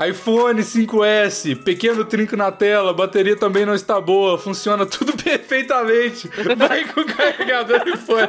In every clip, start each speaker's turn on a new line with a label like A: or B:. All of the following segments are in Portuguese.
A: iPhone 5S, pequeno trinco na tela, bateria também não está boa, funciona tudo perfeitamente. Vai com o carregador e fone.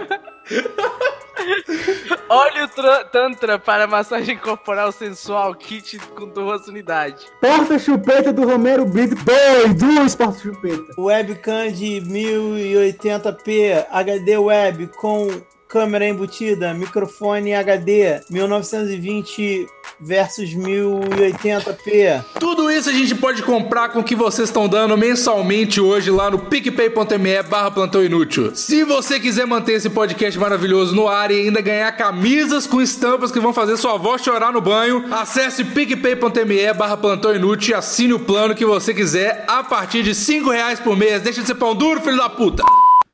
B: Óleo tra- Tantra para massagem corporal sensual, kit com duas unidades.
C: Porta-chupeta do Romero Brito. Dois, duas portas-chupeta.
D: Webcam de 1080p, HD web com câmera embutida, microfone HD 1920 versus 1080p.
A: Tudo isso a gente pode comprar com o que vocês estão dando mensalmente hoje lá no picpay.me barra plantão inútil. Se você quiser manter esse podcast maravilhoso no ar e ainda ganhar camisas com estampas que vão fazer sua avó chorar no banho, acesse picpay.me barra plantão inútil e assine o plano que você quiser a partir de 5 reais por mês. Deixa de ser pão duro, filho da puta!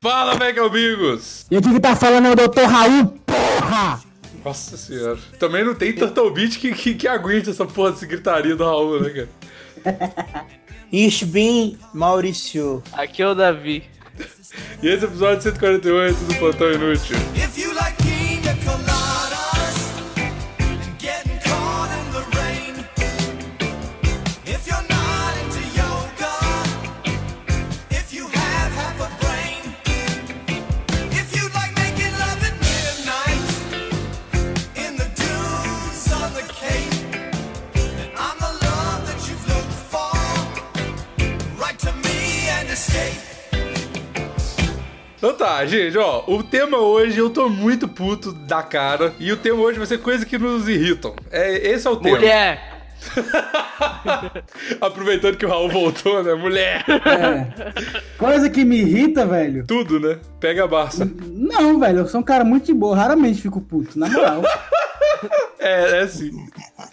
A: Fala, Mega Amigos!
C: E aqui que tá falando é o Dr. Raul, porra!
A: Nossa senhora. Também não tem Turtle Beat que, que, que aguente essa porra desse gritaria do Raul, né, cara?
D: Isbin Maurício.
B: Aqui é o Davi.
A: E esse é episódio 148 do Plantão Inútil.
E: If you like pina coladas and getting caught in the rain, if you're not into yoga, if you have half a brain, if you like making love at midnight in the dunes on the cape, then I'm the love that you've looked for. Write to me and escape.
A: Então tá, gente, ó, o tema hoje eu tô muito puto da cara. E o tema hoje vai ser coisa que nos irritam. É, esse é o tema.
B: Mulher!
A: Aproveitando que o Raul voltou, né? Mulher!
C: Coisa que me irrita, velho.
A: Tudo, né? Pega a Barça.
C: Não, velho, eu sou um cara muito de boa, raramente fico puto, na moral.
A: É, é assim.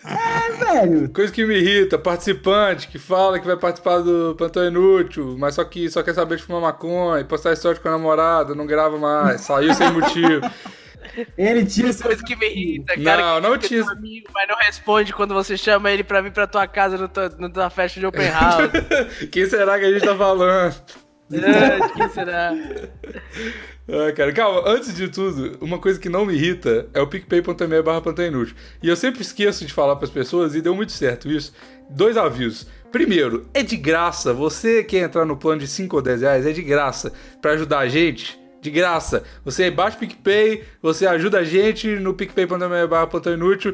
C: É, velho.
A: Coisa que me irrita, participante que fala que vai participar do Plantão Inútil, mas só que só quer saber de fumar maconha, postar história com a namorada, não grava mais, saiu sem motivo. é
C: Ele tira seu...
B: Coisa que me irrita,
A: Não,
B: cara. que
A: não
B: tem
A: tinha-
B: um amigo, mas não responde quando você chama ele pra vir pra tua casa no tua, na tua festa de open house.
A: Quem será que a gente tá falando?
B: Ah, de Quem será?
A: Ah, cara, calma, antes de tudo, uma coisa que não me irrita é o picpay.me barra plantão inútil. E eu sempre esqueço de falar pras pessoas e deu muito certo isso. Dois avisos. Primeiro, é de graça. Você quer entrar no plano de 5 ou 10 reais, é de graça. Pra ajudar a gente, de graça. Você baixa o PicPay, você ajuda a gente no picpay.me barra plantão inútil.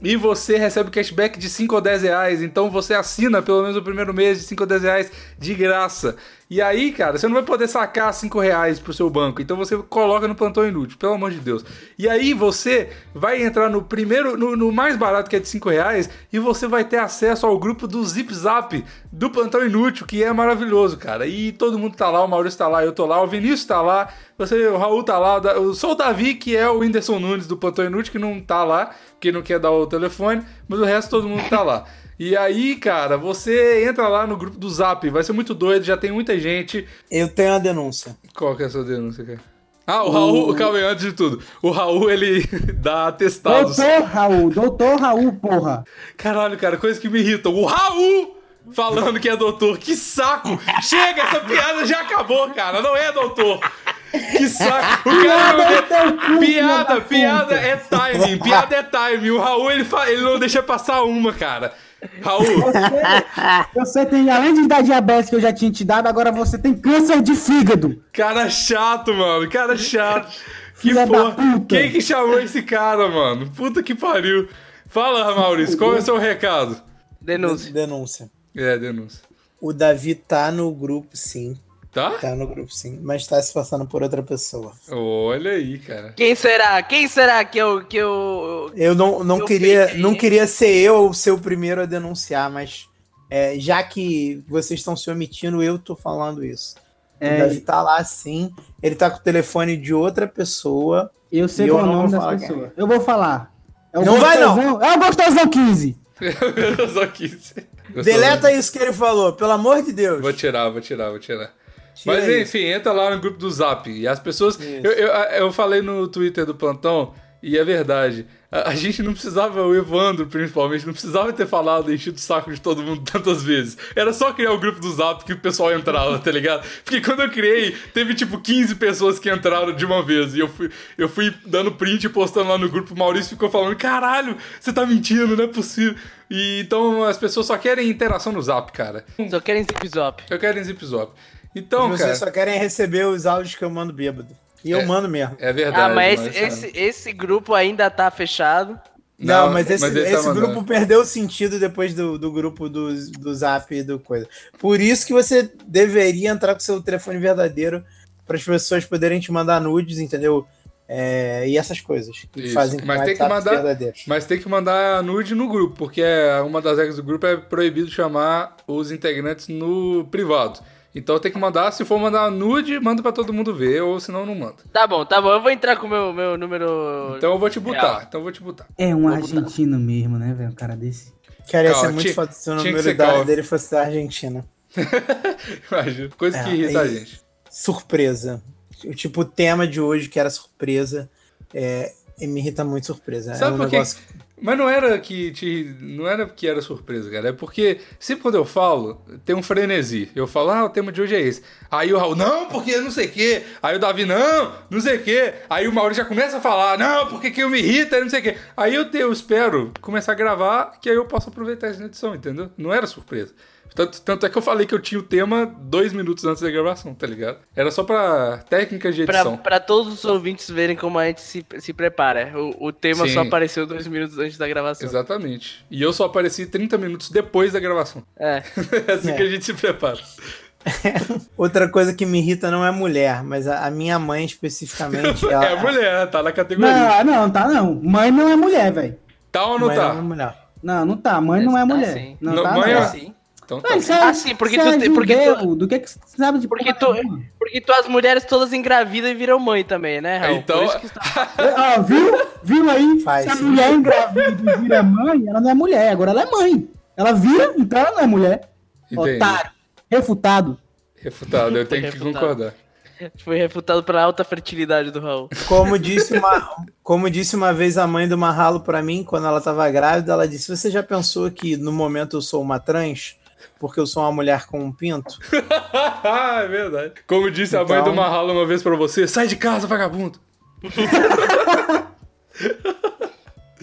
A: E você recebe cashback de 5 ou 10 reais. Então você assina pelo menos o primeiro mês de 5 ou 10 reais de graça. E aí, cara, você não vai poder sacar 5 reais pro seu banco. Então você coloca no plantão inútil, pelo amor de Deus. E aí você vai entrar no primeiro, no, no mais barato que é de 5 reais, e você vai ter acesso ao grupo do Zip Zap do plantão inútil, que é maravilhoso, cara. E todo mundo tá lá, o Maurício tá lá, eu tô lá, o Vinícius tá lá, você, o Raul tá lá, o Da- eu sou o Davi, que é o Whindersson Nunes do plantão inútil, que não tá lá, porque não quer dar o telefone, mas o resto todo mundo tá lá. E aí, cara, você entra lá no grupo do Zap, vai ser muito doido, já tem muita gente.
D: Eu tenho a denúncia.
A: Qual que é a sua denúncia, cara? Ah, o Raul, calma aí, antes de tudo. O Raul, ele dá atestados.
C: Doutor Raul, doutor Raul, porra.
A: Caralho, cara, coisa que me irrita. O Raul falando que é doutor, que saco! Chega, essa piada já acabou, cara, não é doutor. Que saco! O cara não
C: Piada é
A: de-
C: teu cu, filho da
A: Piada,
C: puta.
A: piada é timing, piada é timing. O Raul, ele, fa... ele não deixa passar uma, cara. Raul,
C: Você tem, além de dar diabetes que eu já tinha te dado, agora você tem câncer de fígado.
A: Cara chato, mano. Cara chato. Que
C: Filha da
A: porra.
C: puta.
A: Quem que chamou esse cara, mano? Puta que pariu. Fala, Maurício, qual é o seu recado?
B: Denúncia.
D: Denúncia.
A: É, denúncia.
D: O Davi tá no grupo, sim.
A: Tá?
D: Tá no grupo, sim. Mas tá se passando por outra pessoa.
A: Olha aí, cara.
B: Quem será? Quem será que eu. Que eu...
D: Eu não, não,
B: Eu
D: queria,
B: peguei.
D: não queria ser eu o seu primeiro a denunciar, mas é, já que vocês estão se omitindo, eu tô falando isso.
C: É.
D: O Davi tá lá sim, ele tá com o telefone de outra pessoa.
C: Eu sei
D: E
C: qual é
D: eu
C: o
D: não
C: nome
D: vou
C: das
D: falar,
C: pessoas. Eu vou falar. É o
D: Não vai, não.
C: Gostosão- É o Gostosão 15.
A: Só que...
D: Deleta isso que ele falou, pelo amor de Deus.
A: Vou tirar, vou tirar, vou tirar.
D: Tira
A: Mas
D: isso.
A: enfim, entra lá no grupo do Zap. E as pessoas.
D: Isso.
A: Eu, eu, eu falei no Twitter do plantão, e é verdade. A, a gente não precisava, o Evandro principalmente, não precisava ter falado, enchido o saco de todo mundo tantas vezes. Era só criar o grupo do Zap que o pessoal entrava, tá ligado? Porque quando eu criei, teve tipo 15 pessoas que entraram de uma vez. E eu fui, eu fui dando print e postando lá no grupo. O Maurício ficou falando: caralho, você tá mentindo, não é possível. E então as pessoas só querem interação no Zap, cara.
B: Só querem Ah, zip-zop.
A: Eu quero em Zip Zop. Então, cara.
D: Vocês Tipo assim, só querem receber os áudios que eu mando bêbado. E eu
A: É.
D: mando mesmo.
A: É verdade.
B: Ah, mas
A: mano,
B: esse,
A: cara.
B: esse, esse grupo ainda tá fechado.
D: Não, mas esse,
A: ele tá
D: esse
A: mandando.
D: grupo perdeu o sentido depois do, do grupo do, do Zap e do coisa. Por isso que você deveria entrar com seu telefone verdadeiro para as pessoas poderem te mandar nudes, entendeu? É, e essas coisas que
A: Isso,
D: fazem com
A: mas tem que
D: WhatsApp
A: mandar-
D: verdadeiros.
A: Mas tem que mandar nude no grupo, porque é- uma das regras do grupo é proibido chamar os integrantes no privado. Então tem que mandar, se for mandar nude, manda pra todo mundo ver, ou senão não manda.
B: Tá bom, tá bom. Eu vou entrar com o meu, meu número.
A: Então eu vou te botar,
B: Real.
A: então eu vou te botar.
C: É um argentino mesmo, né, velho? Um cara desse.
D: Cara, ia
A: Calma,
D: ser muito
A: tinha-
D: foda se o
A: tinha que
D: número
A: ser
D: da-
A: calma.
D: dele fosse da Argentina.
A: Imagina, coisa que
D: É,
A: irrita a
D: isso.
A: gente.
D: Surpresa. O tipo, o tema de hoje, que era surpresa, é, e me irrita muito surpresa.
A: Sabe
D: é um
A: por quê?
D: negócio
A: Mas não era que te, não era que era surpresa, cara. É porque sempre quando eu falo, tem um frenesi. Eu falo, ah, o tema de hoje é esse. Aí o Raul, não, porque não sei o quê. Aí o Davi, não, não sei o quê. Aí o Maurício já começa a falar, não, porque que eu me irrita, não sei o quê. Aí eu, te, eu espero começar a gravar, que aí eu posso aproveitar isso na edição, entendeu? Não era surpresa. Tanto, tanto é que eu falei que eu tinha o tema dois minutos antes da gravação, tá ligado? Era só pra técnicas de
B: Pra,
A: edição.
B: pra todos os ouvintes verem como a gente se, se prepara. O, o tema
A: Sim.
B: só apareceu dois minutos antes da gravação.
A: Exatamente. E eu só apareci 30 minutos depois da gravação.
B: É.
A: É assim
D: É.
A: que a gente se prepara.
D: Outra coisa que me irrita não é mulher, mas a, a minha mãe especificamente. Ela,
A: É mulher, tá na categoria.
C: Não, não, tá não. Mãe não é mulher, velho.
A: Tá ou
D: a
A: não
D: mãe é
A: tá?
D: mulher.
C: Não, não tá. Mãe não é
B: Tá
C: mulher.
B: sim.
C: Não,
A: Não,
C: tá
A: mãe
C: não.
A: é-
B: Assim.
A: Então tá.
C: Mas você é-
B: Ah, sim, porque
C: você
B: tu-
C: é
B: porque tu-
C: judeu, Do que, que você sabe de
B: Porque
C: porra
B: tu-
C: nenhuma?
B: Porque tu, as mulheres todas engravidam e viram mãe também, né, Raul?
A: Então-
B: Por isso que isso tá-
C: Ah, viu? Viu aí?
D: Faz.
C: Se a mulher engravida e vira mãe, ela não é mulher, agora ela é mãe. Ela vira, então ela não é mulher.
A: Entendi.
C: Otário. Refutado.
A: Refutado, eu tenho que
B: Refutado.
A: concordar.
B: Foi tipo, refutado pela alta fertilidade do Raul.
D: Como disse, uma, como disse uma vez a mãe do Marralo pra mim, quando ela tava grávida, ela disse: Você já pensou que no momento eu sou uma trans? Porque eu sou uma mulher com um pinto?
A: é verdade. Como disse a mãe
D: Então-
A: do Marralo uma vez pra você, sai de casa, vagabundo.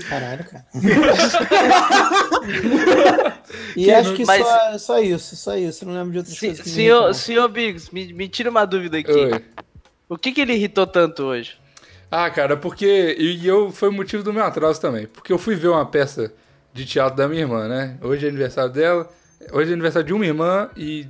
D: Caralho, cara. e acho que
B: Mas-
D: só, só isso, só isso. Eu não lembro de outras
B: Se-
D: coisas. que me
B: senhor,
D: irritam.
B: senhor Biggs, me, me tira uma dúvida aqui.
A: Oi.
B: O que, que ele irritou tanto hoje?
A: Ah, cara, porque. E eu foi o motivo do meu atraso também. Porque eu fui ver uma peça de teatro da minha irmã, né? Hoje é aniversário dela. Hoje é aniversário de uma irmã e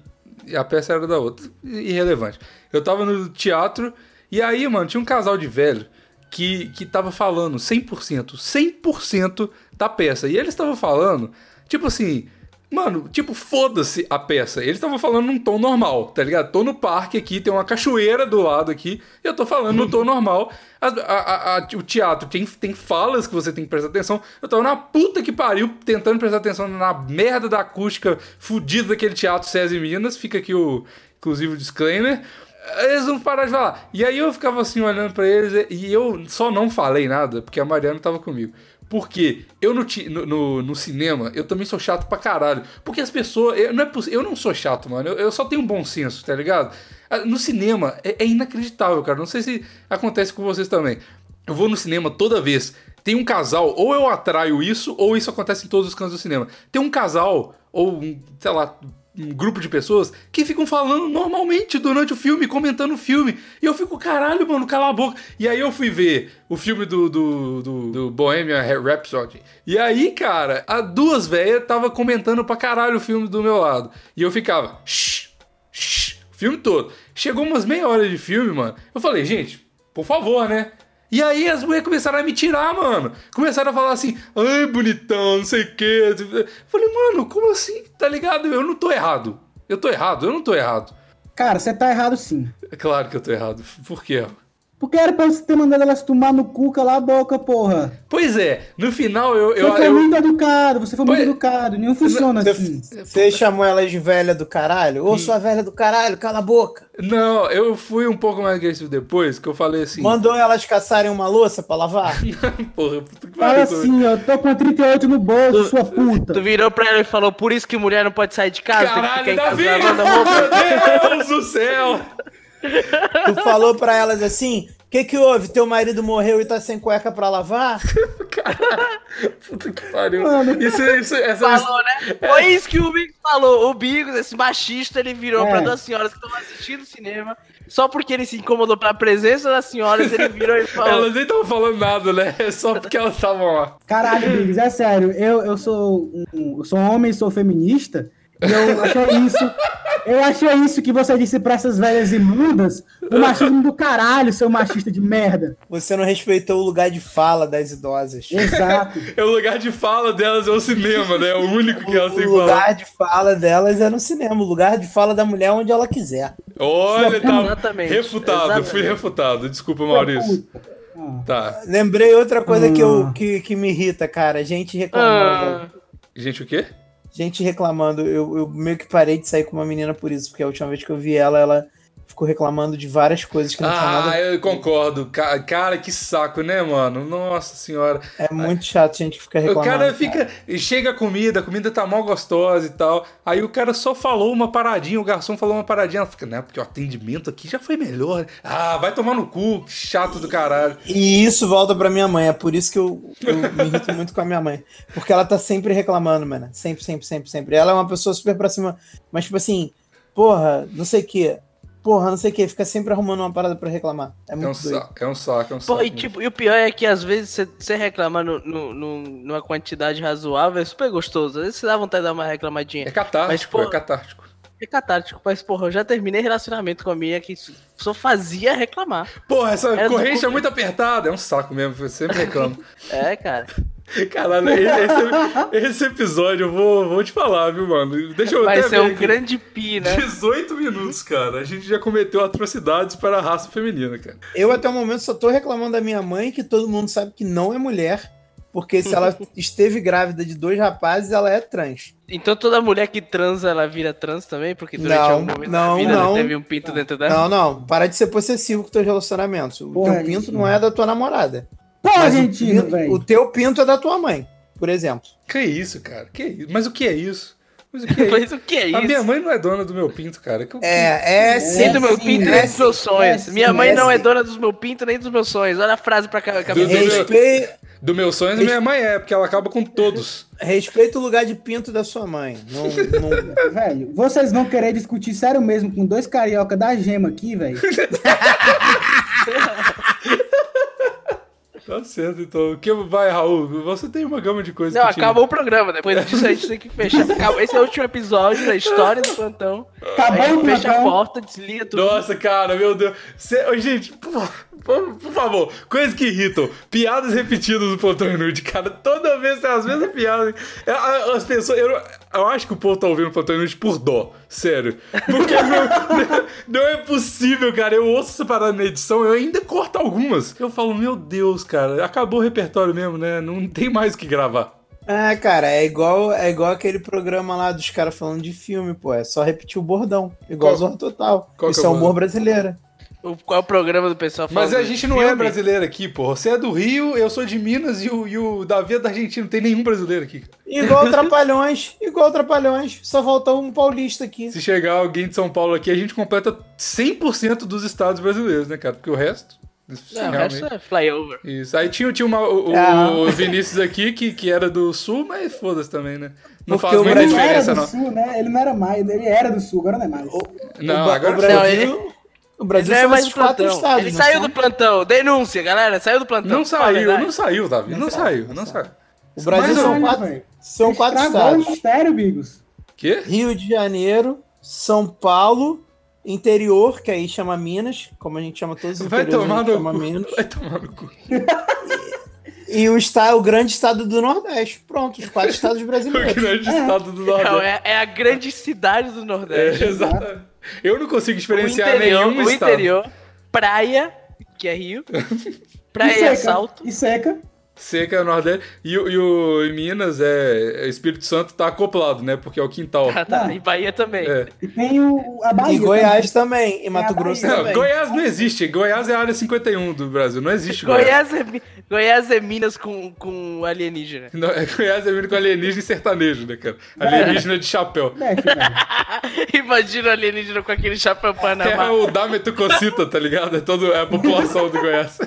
A: e a peça era da outra. Irrelevante. Eu tava no teatro e aí, mano, tinha um casal de velho que, que tava falando 100%, 100% da peça. E eles estavam falando, tipo assim. Mano, tipo, foda-se a peça. Eles estavam falando num tom normal, tá ligado? Tô no parque aqui, tem uma cachoeira do lado aqui, e eu tô falando no tom normal. A- a- a- o teatro tem, tem falas que você tem que prestar atenção. Eu tava na puta que pariu tentando prestar atenção na merda da acústica fudida daquele teatro César e Minas. Fica aqui o, inclusive, o disclaimer. Eles não pararam de falar. E aí eu ficava assim olhando pra eles e eu só não falei nada, porque a Mariana tava comigo. Porque eu no, ti- no, no- no cinema, eu também sou chato pra caralho. Porque as pessoas. Eu não, é possi- eu não sou chato, mano. Eu, eu só tenho bom senso, tá ligado? Ah, No cinema é, é inacreditável, cara. Não sei se acontece com vocês também. Eu vou no cinema toda vez. Tem um casal, ou eu atraio isso, ou isso acontece em todos os cantos do cinema. Tem um casal, ou um, sei lá, um grupo de pessoas que ficam falando normalmente durante o filme, comentando o filme. E eu fico, caralho, mano, cala a boca. E aí eu fui ver o filme do, do, do, do Bohemian Rhapsody. E aí, cara, a duas velhas tava comentando pra caralho o filme do meu lado. E eu ficava, shh, shh, o filme todo. Chegou umas meia hora de filme, mano. Eu falei, gente, por favor, né? E aí as mulheres começaram a me tirar, mano. Começaram a falar assim, ai, bonitão, não sei o quê. Eu Falei, mano, como assim? Tá ligado? Eu não tô errado. Eu tô errado, eu não tô errado.
C: Cara, você tá errado sim.
A: É claro que eu tô errado. Por quê?
C: Porque era pra você ter mandado elas tomar no cu, cala a boca, porra.
A: Pois é, no final eu. eu,
C: Você foi
A: eu-
C: muito educado, você foi muito
A: Pois-
C: educado. Nenhum funciona assim.
D: Você chamou ela de velha do caralho? Ô, sua velha do caralho, cala a boca.
A: não, eu fui um pouco mais agressivo depois, que eu falei assim.
D: Mandou elas caçarem uma louça pra lavar?
A: Porra, puta que
C: Fala
A: pariu. tô-
C: assim, ó, tô com 38 no bolso, sua puta.
B: Tu virou pra ela e falou, por isso que mulher não pode sair de casa, tem que
A: Caralho,
B: ficar em
A: Davi!
B: casa lavando a roupa.
A: Meu Deus do céu!
D: tu falou pra elas assim: o que que houve? Teu marido morreu e tá sem cueca pra lavar?
A: Puta que pariu. Isso, isso, essa,
B: Falou, né?
A: É.
B: Foi isso que o Bigos falou. O Bigos, esse machista, ele virou
C: É.
B: pra duas senhoras que estavam assistindo cinema. Só porque ele se incomodou pela presença das senhoras, ele virou e falou.
A: Elas nem estavam falando nada, né? É Só porque elas estavam lá.
C: Caralho, Biggs, é sério. Eu, eu sou um- um, eu sou um homem, sou feminista. e Eu achei isso. Eu achei isso que você disse pra essas velhas imundas. O machismo do caralho, seu machista de merda.
D: Você não respeitou o lugar de fala das idosas.
C: Exato.
A: É o lugar de fala delas é o cinema, né? É o único que elas
D: O
A: têm que falar.
D: lugar de fala delas é no cinema, o lugar de fala da mulher é onde ela quiser.
A: Olha, tá
B: Exatamente,
A: refutado,
B: exatamente.
A: fui refutado. Desculpa, Maurício. Tá.
D: Lembrei outra coisa que, eu,
C: Ah.
D: que, que me irrita, cara. Gente né? reclamando.
B: Ah,
A: Gente, o quê?
D: Gente reclamando. Eu, eu meio que parei de sair com uma menina por isso, porque a última vez que eu vi ela, ela ficou reclamando de várias coisas que não tinha
A: Ah,
D: nada.
A: eu concordo. Ca- Cara, que saco, né, mano? Nossa senhora.
D: É muito chato gente que fica
A: Ah, O
D: reclamando.
A: né, cara fica. Chega a comida, a comida tá mal gostosa e tal. Aí o cara só falou uma paradinha, o garçom falou uma paradinha. Ela fica, né? Porque o atendimento aqui já foi melhor. Ah, vai tomar no cu, que chato do caralho.
D: E isso volta pra minha mãe, é por isso que eu, eu me irrito muito com a minha mãe. Porque ela tá sempre reclamando, mano. Sempre, sempre, sempre, sempre. Ela é uma pessoa super próxima, mas tipo assim, porra, não sei o quê. Porra, não sei o quê. Fica sempre arrumando uma parada pra reclamar. É
A: É um
D: muito doido.
A: saco, é um saco, é um saco.
B: Pô, e, tipo, e o pior é que às vezes você- você reclama no, no- no- numa quantidade razoável, é super gostoso. Às vezes você dá vontade de dar uma reclamadinha.
A: É catártico,
B: Mas, pô,
A: é catártico.
B: É catártico, mas porra, eu já terminei relacionamento com a minha que só fazia reclamar.
A: Porra, essa
B: era do
A: corrente
B: cu-
A: é muito apertada. É um saco mesmo, eu sempre reclamo.
B: É, cara.
A: Caralho, esse, esse episódio eu vou, vou te falar, viu, mano? Deixa eu
B: Vai
A: até
B: ser
A: ver
B: um
A: aqui.
B: grande pi, né?
A: 18 minutos, cara. A gente já cometeu atrocidades para a raça feminina, cara.
D: Eu até o momento só tô reclamando da minha mãe, que todo mundo sabe que não é mulher. Porque se ela esteve grávida de dois rapazes, ela é trans.
B: Então toda mulher que transa, ela vira trans também? Porque durante
D: Não,
B: algum momento
D: não,
B: da vida ela
D: não.
B: teve um pinto dentro dela?
D: Não, não, para de ser possessivo com teus relacionamentos. O
C: Porra,
D: teu pinto
C: isso.
D: não é da tua namorada.
C: Pô,
D: Mas o
C: argentino,
D: pinto-
C: velho.
D: o teu pinto é da tua mãe, por exemplo.
A: Que isso, cara? Que isso? Mas o que é isso? Mas o que é isso?
B: Mas o que é
A: A minha
B: isso?
A: mãe não é dona do meu pinto, cara. Que-
D: É, é sim.
B: Nem do meu
D: sim,
B: pinto,
D: é
B: nem dos meus sonhos.
C: é
B: minha
D: sim,
B: mãe
D: é
B: não é
D: sim.
B: dona dos meus pintos, nem dos meus sonhos. Olha a frase pra cá.
A: Do- do-
B: cabeça.
D: Respe...
A: Do meu sonho, minha mãe é, porque ela acaba com todos.
D: Respeita o lugar de pinto da sua mãe. Não, não-
C: Velho, vocês vão querer discutir sério mesmo com dois carioca da gema aqui, velho.
A: Tá certo, então. O que vai, Raul? Você tem uma gama de coisas
B: Não,
A: que te-
B: acabou o programa. Depois disso a gente tem que fechar. Acabou- Esse é o último episódio da história do plantão.
D: Ah,
B: a
C: Acabou
B: gente
C: o
B: fecha a
C: plantão.
B: porta, desliga tudo.
A: Nossa, cara, meu Deus. Cê- Ô, Gente, por... por- por favor, coisas que irritam. Piadas repetidas do Plantão Inútil, cara. Toda vez tem as mesmas piadas. É, a- As pessoas. Eu, eu acho que o povo tá ouvindo o Plantão Inútil por dó. Sério. Porque não, não é possível, cara. Eu ouço essa parada na edição, eu ainda corto algumas. Eu falo, meu Deus, cara, acabou o repertório mesmo, né? Não tem mais o que gravar.
D: Ah, cara, é igual, é igual aquele programa lá dos caras falando de filme, pô. É só repetir o bordão. Igual
A: Qual-
D: Zorro Total.
A: qual que
D: Isso
A: é
D: é
A: o
D: humor brasileiro.
B: O- qual é o programa do pessoal
A: Mas
B: falando
A: a
B: de
A: gente não é
B: filme?
A: brasileiro aqui, porra. Você é do Rio, eu sou de Minas e o, e o Davi é da Argentina. Não tem nenhum brasileiro aqui.
D: Igual Trapalhões. Igual Trapalhões. Só faltou um paulista aqui.
A: Se chegar alguém de São Paulo aqui, a gente completa 100% dos estados brasileiros, né, cara? Porque o resto. sim,
B: Não, o
A: realmente.
B: resto é flyover.
A: Isso. Aí tinha, tinha uma- o, o-
D: Ah.
A: o Vinícius aqui, que, que era do sul, mas foda-se também, né? Não
D: Porque
A: faz
D: o
A: muita
D: Brasil
C: Ele não era
A: diferença,
C: do
A: não.
C: sul, né? Ele não era mais, ele era do sul, agora não é mais.
A: Não,
D: o, Ba-
A: agora
D: o
A: foda-se.
D: Brasil... O
B: Ele
D: Brasil
B: não é
D: são
B: mais
D: mais
B: do
D: quatro
B: plantão.
D: estados. né?
B: ele
D: não
B: saiu
D: são?
B: do plantão. Denúncia, galera. Saiu do plantão.
A: Não
B: Fala a
A: saiu,
B: verdade.
A: não saiu, Davi. Não saiu, não saiu.
D: O Brasil
A: Mas,
D: são
A: olha,
D: quatro,
C: velho.
D: são quatro
C: Estragou
D: estados.
C: o mistério, Bigos.
A: Quê?
D: Rio de Janeiro, São Paulo, interior, que aí chama Minas, como a gente chama todos os
A: Vai
D: interiores, a
A: tomar
D: gente
A: no
D: chama Minas.
A: cu. Vai tomar no cu.
D: É. E o, está, o grande estado do Nordeste. Pronto, os quatro estados
A: O
D: brasileiros.
A: grande é estado do
B: Não,
A: Nordeste.
B: é, é a grande cidade do
A: É,
B: Nordeste.
A: exatamente. Eu não consigo
B: o
A: diferenciar
B: interior,
A: É. nenhum
B: o
A: estado.
B: interior, praia, que é Rio.
C: E
B: Praia e
C: seca,
B: assalto.
C: E seca.
A: Seca é o Nordeste. E, o- e o em Minas é. é Espírito Santo tá acoplado, né? Porque é o quintal.
B: Ah, tá. E Bahia também.
A: É.
C: E tem o, a Bahia.
D: E Goiás também, e
B: É
D: Mato
C: a Bahia.
D: Grosso
C: Não,
A: Não,
D: também.
A: Goiás não existe. Goiás é a área 51 do Brasil. Não existe Goiás.
B: Goiás é, Mi- Goiás é Minas com, com alienígena.
A: Não, é Goiás é vindo com alienígena e sertanejo, né, cara? Alienígena de chapéu.
C: também. É, cara.
B: Imagina o alienígena com aquele chapéu
A: É
B: panamá.
A: o da Metucocita, tá ligado? É toda é a população do Goiás.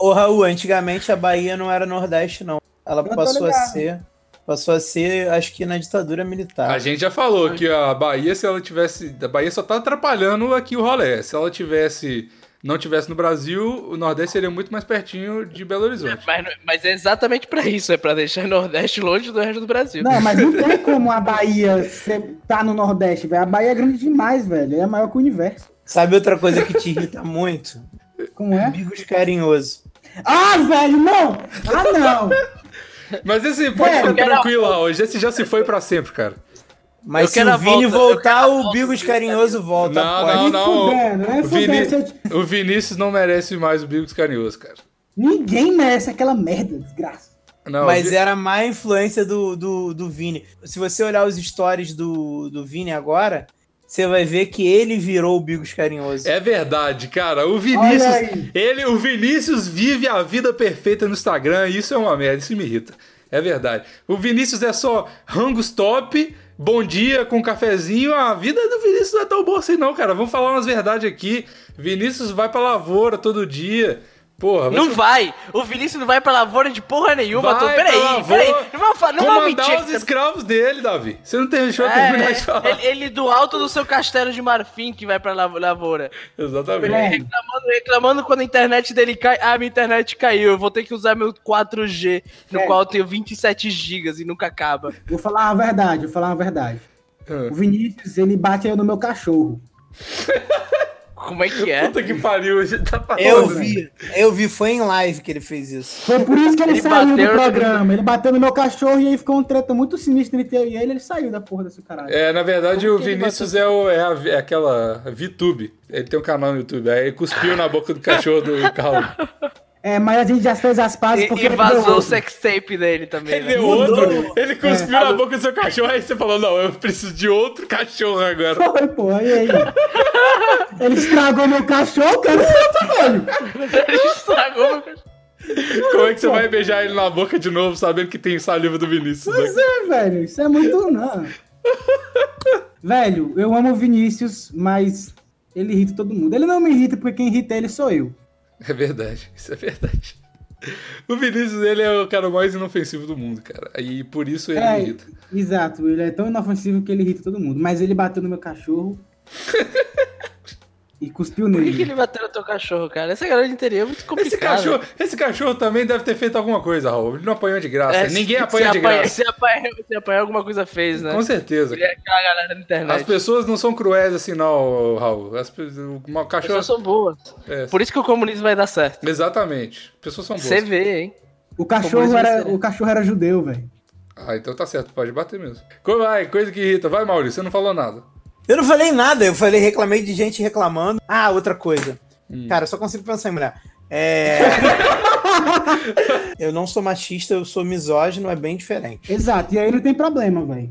D: Ô, Raul, antigamente a Bahia não era Nordeste, não. Ela
C: Eu tô
D: passou a
C: ligado.
D: ser. Passou a ser, acho que na ditadura militar.
A: A gente já falou que a Bahia, se ela tivesse. A Bahia só tá atrapalhando aqui o rolê. Se ela tivesse. Não tivesse no Brasil, o Nordeste seria muito mais pertinho de Belo Horizonte.
B: Mas, não- mas é exatamente pra isso, é pra deixar o Nordeste longe do resto do Brasil.
C: Não, mas não tem como a Bahia ser- tá no Nordeste, velho. A Bahia é grande demais, velho. É maior que o universo.
D: Sabe outra coisa que te irrita muito?
C: Como é?
D: Amigos carinhosos.
C: Ah, velho, não! Ah, não!
A: Mas esse pode
C: É,
A: ficar
B: eu quero a
A: tranquilo, Raul. Esse já se foi pra sempre, cara.
D: Mas
B: Eu
D: se
B: quero
D: o
B: a volta,
D: Vini
B: eu quero
D: voltar,
B: a
D: o
B: volta
D: Bigos
B: do Vini
D: carinhoso volta.
A: Não,
D: pode.
A: não, não.
C: Nem fudendo, nem
A: O, Vini-
C: fudendo. Se eu te-
A: o Vinícius não merece mais o Bigos Carinhoso, cara.
C: Ninguém merece aquela merda, desgraça.
A: Não,
D: Mas
C: é-
A: Vi-
D: era a má influência do, do, do Vini. Se você olhar os stories do, do Vini agora, você vai ver que ele virou o Bigos carinhoso.
A: É verdade, cara. O
C: Olha
A: Vinícius,
C: aí.
A: ele, o Vinícius vive a vida perfeita no Instagram. e Isso é uma merda, isso me irrita. É verdade. O Vinícius é só rangos top, bom dia com um cafezinho. A vida do Vinícius não é tão boa assim não, cara. Vamos falar umas verdades aqui. Vinícius vai pra lavoura todo dia. Porra, vai
B: Não
A: se-
B: vai! O Vinícius não vai pra lavoura de porra nenhuma,
A: Vai
B: Arthur.
A: pra
B: Peraí,
A: lavoura
B: peraí. Não vai, fa- não vai
A: comandar
B: mentir.
A: os escravos dele, Davi. Você não deixou eu terminar de falar.
B: É, ele, ele do alto do seu castelo de marfim que vai pra lavo- lavoura. Ele
A: Exatamente.
B: reclamando, reclamando quando a internet dele cai. Ah, minha internet caiu, eu vou ter que usar meu 4G, no
C: É.
B: qual eu tenho 27 gigas e nunca acaba.
C: Vou falar a verdade, vou falar a verdade.
A: Ah.
C: O Vinícius, ele bateu no meu cachorro.
B: Como é que é?
A: Puta que pariu, a gente tá falando.
D: Eu vi, eu vi, foi em live que ele fez isso.
C: Foi por isso que ele,
B: Ele
C: saiu
B: bateu
C: do
B: no-
C: programa. Ele bateu no meu cachorro e aí ficou um treta muito sinistro entre eu e ele. Ele saiu da porra desse caralho.
A: É, na verdade,
C: Como
A: o
C: que ele
A: Vinícius é, o, é, a- é aquela VTube. Ele tem um canal no YouTube. Aí ele cuspiu na boca do cachorro do Carlos.
C: É, mas a gente já fez as pazes
B: E,
C: porque
B: e
C: ele deu
B: vazou o
C: outro.
B: sextape dele também.
A: Ele
B: Né?
A: deu outro, ele cuspiu na boca do seu cachorro. Aí você falou: Não, eu preciso de outro cachorro agora.
C: Foi, pô, e aí? ele estragou meu cachorro, cara. tá Outro, velho.
A: um
B: Ele estragou.
A: Como é que você vai beijar ele na boca de novo, sabendo que tem saliva do Vinícius?
C: Pois
A: Né?
C: é, velho. Isso é muito. Não. velho, eu amo o Vinícius, mas ele irrita todo mundo. Ele não me irrita porque quem irrita ele sou eu.
A: É verdade, isso é verdade. O Vinícius, ele é o cara mais inofensivo do mundo, cara. E por isso ele me irrita.
C: É, exato. Ele é tão inofensivo que ele irrita todo mundo. Mas ele bateu no meu cachorro. e cuspiu
B: Por que, que
C: nele.
B: ele bateu no teu cachorro, cara? Essa galera de interior é muito complicada.
A: Esse cachorro, esse cachorro também deve ter feito alguma coisa, Raul. Ele não apanhou de graça.
B: É,
A: Ninguém
B: se-
A: apanha
B: se
A: de
B: apanha-
A: graça.
B: Se apanhar, se apanhar, alguma coisa fez, né?
A: Com certeza.
B: É aquela galera da internet.
A: As pessoas não são cruéis assim, não, Raul. As pe- o
B: As
A: cachorro.
B: pessoas são boas.
A: É,
B: Por isso que o comunismo vai dar certo.
A: Exatamente. As pessoas são boas.
B: Você vê, hein?
C: O cachorro,
B: Como eles
C: era,
B: disseram.
C: o cachorro era judeu, velho.
A: Ah, então tá certo, pode bater mesmo. Co- Vai, coisa que irrita. Vai, Maurício, você não falou nada.
D: Eu não falei nada, eu falei, reclamei de gente reclamando. Ah, outra coisa. Cara, eu só consigo pensar em mulher. É. eu não sou machista, eu sou misógino, é bem diferente.
C: Exato. E aí não tem problema, velho.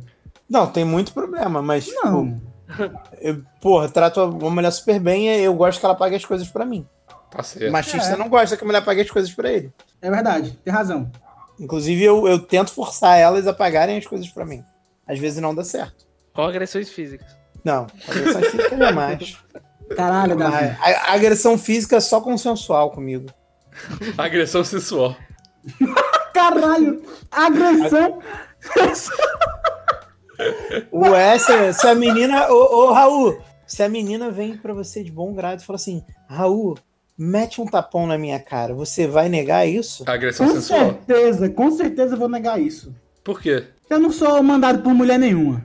D: Não, tem muito problema, mas.
C: Não.
D: tipo, eu, porra, trato uma mulher super bem e eu gosto que ela pague as coisas pra mim.
A: Tá certo.
D: Machista
C: É.
D: não gosta que a mulher pague as coisas pra ele.
C: É verdade. Tem razão.
D: Inclusive, eu, eu tento forçar elas a pagarem as coisas pra mim. Às vezes não dá certo.
B: Com agressões físicas.
D: Não, agressão é física jamais.
C: Caralho,
A: é?
C: Davi.
D: A, a- agressão física é só consensual comigo.
A: Agressão sexual.
C: Caralho. Agressão.
D: Ué, se, se a menina. Ô, ô, Raul, se a menina vem pra você de bom grado e fala assim: Raul, mete um tapão na minha cara, você vai negar isso?
A: Agressão
C: Com
A: sensual.
C: certeza. Com certeza eu vou negar isso.
A: Por quê?
C: Eu não sou mandado por mulher nenhuma.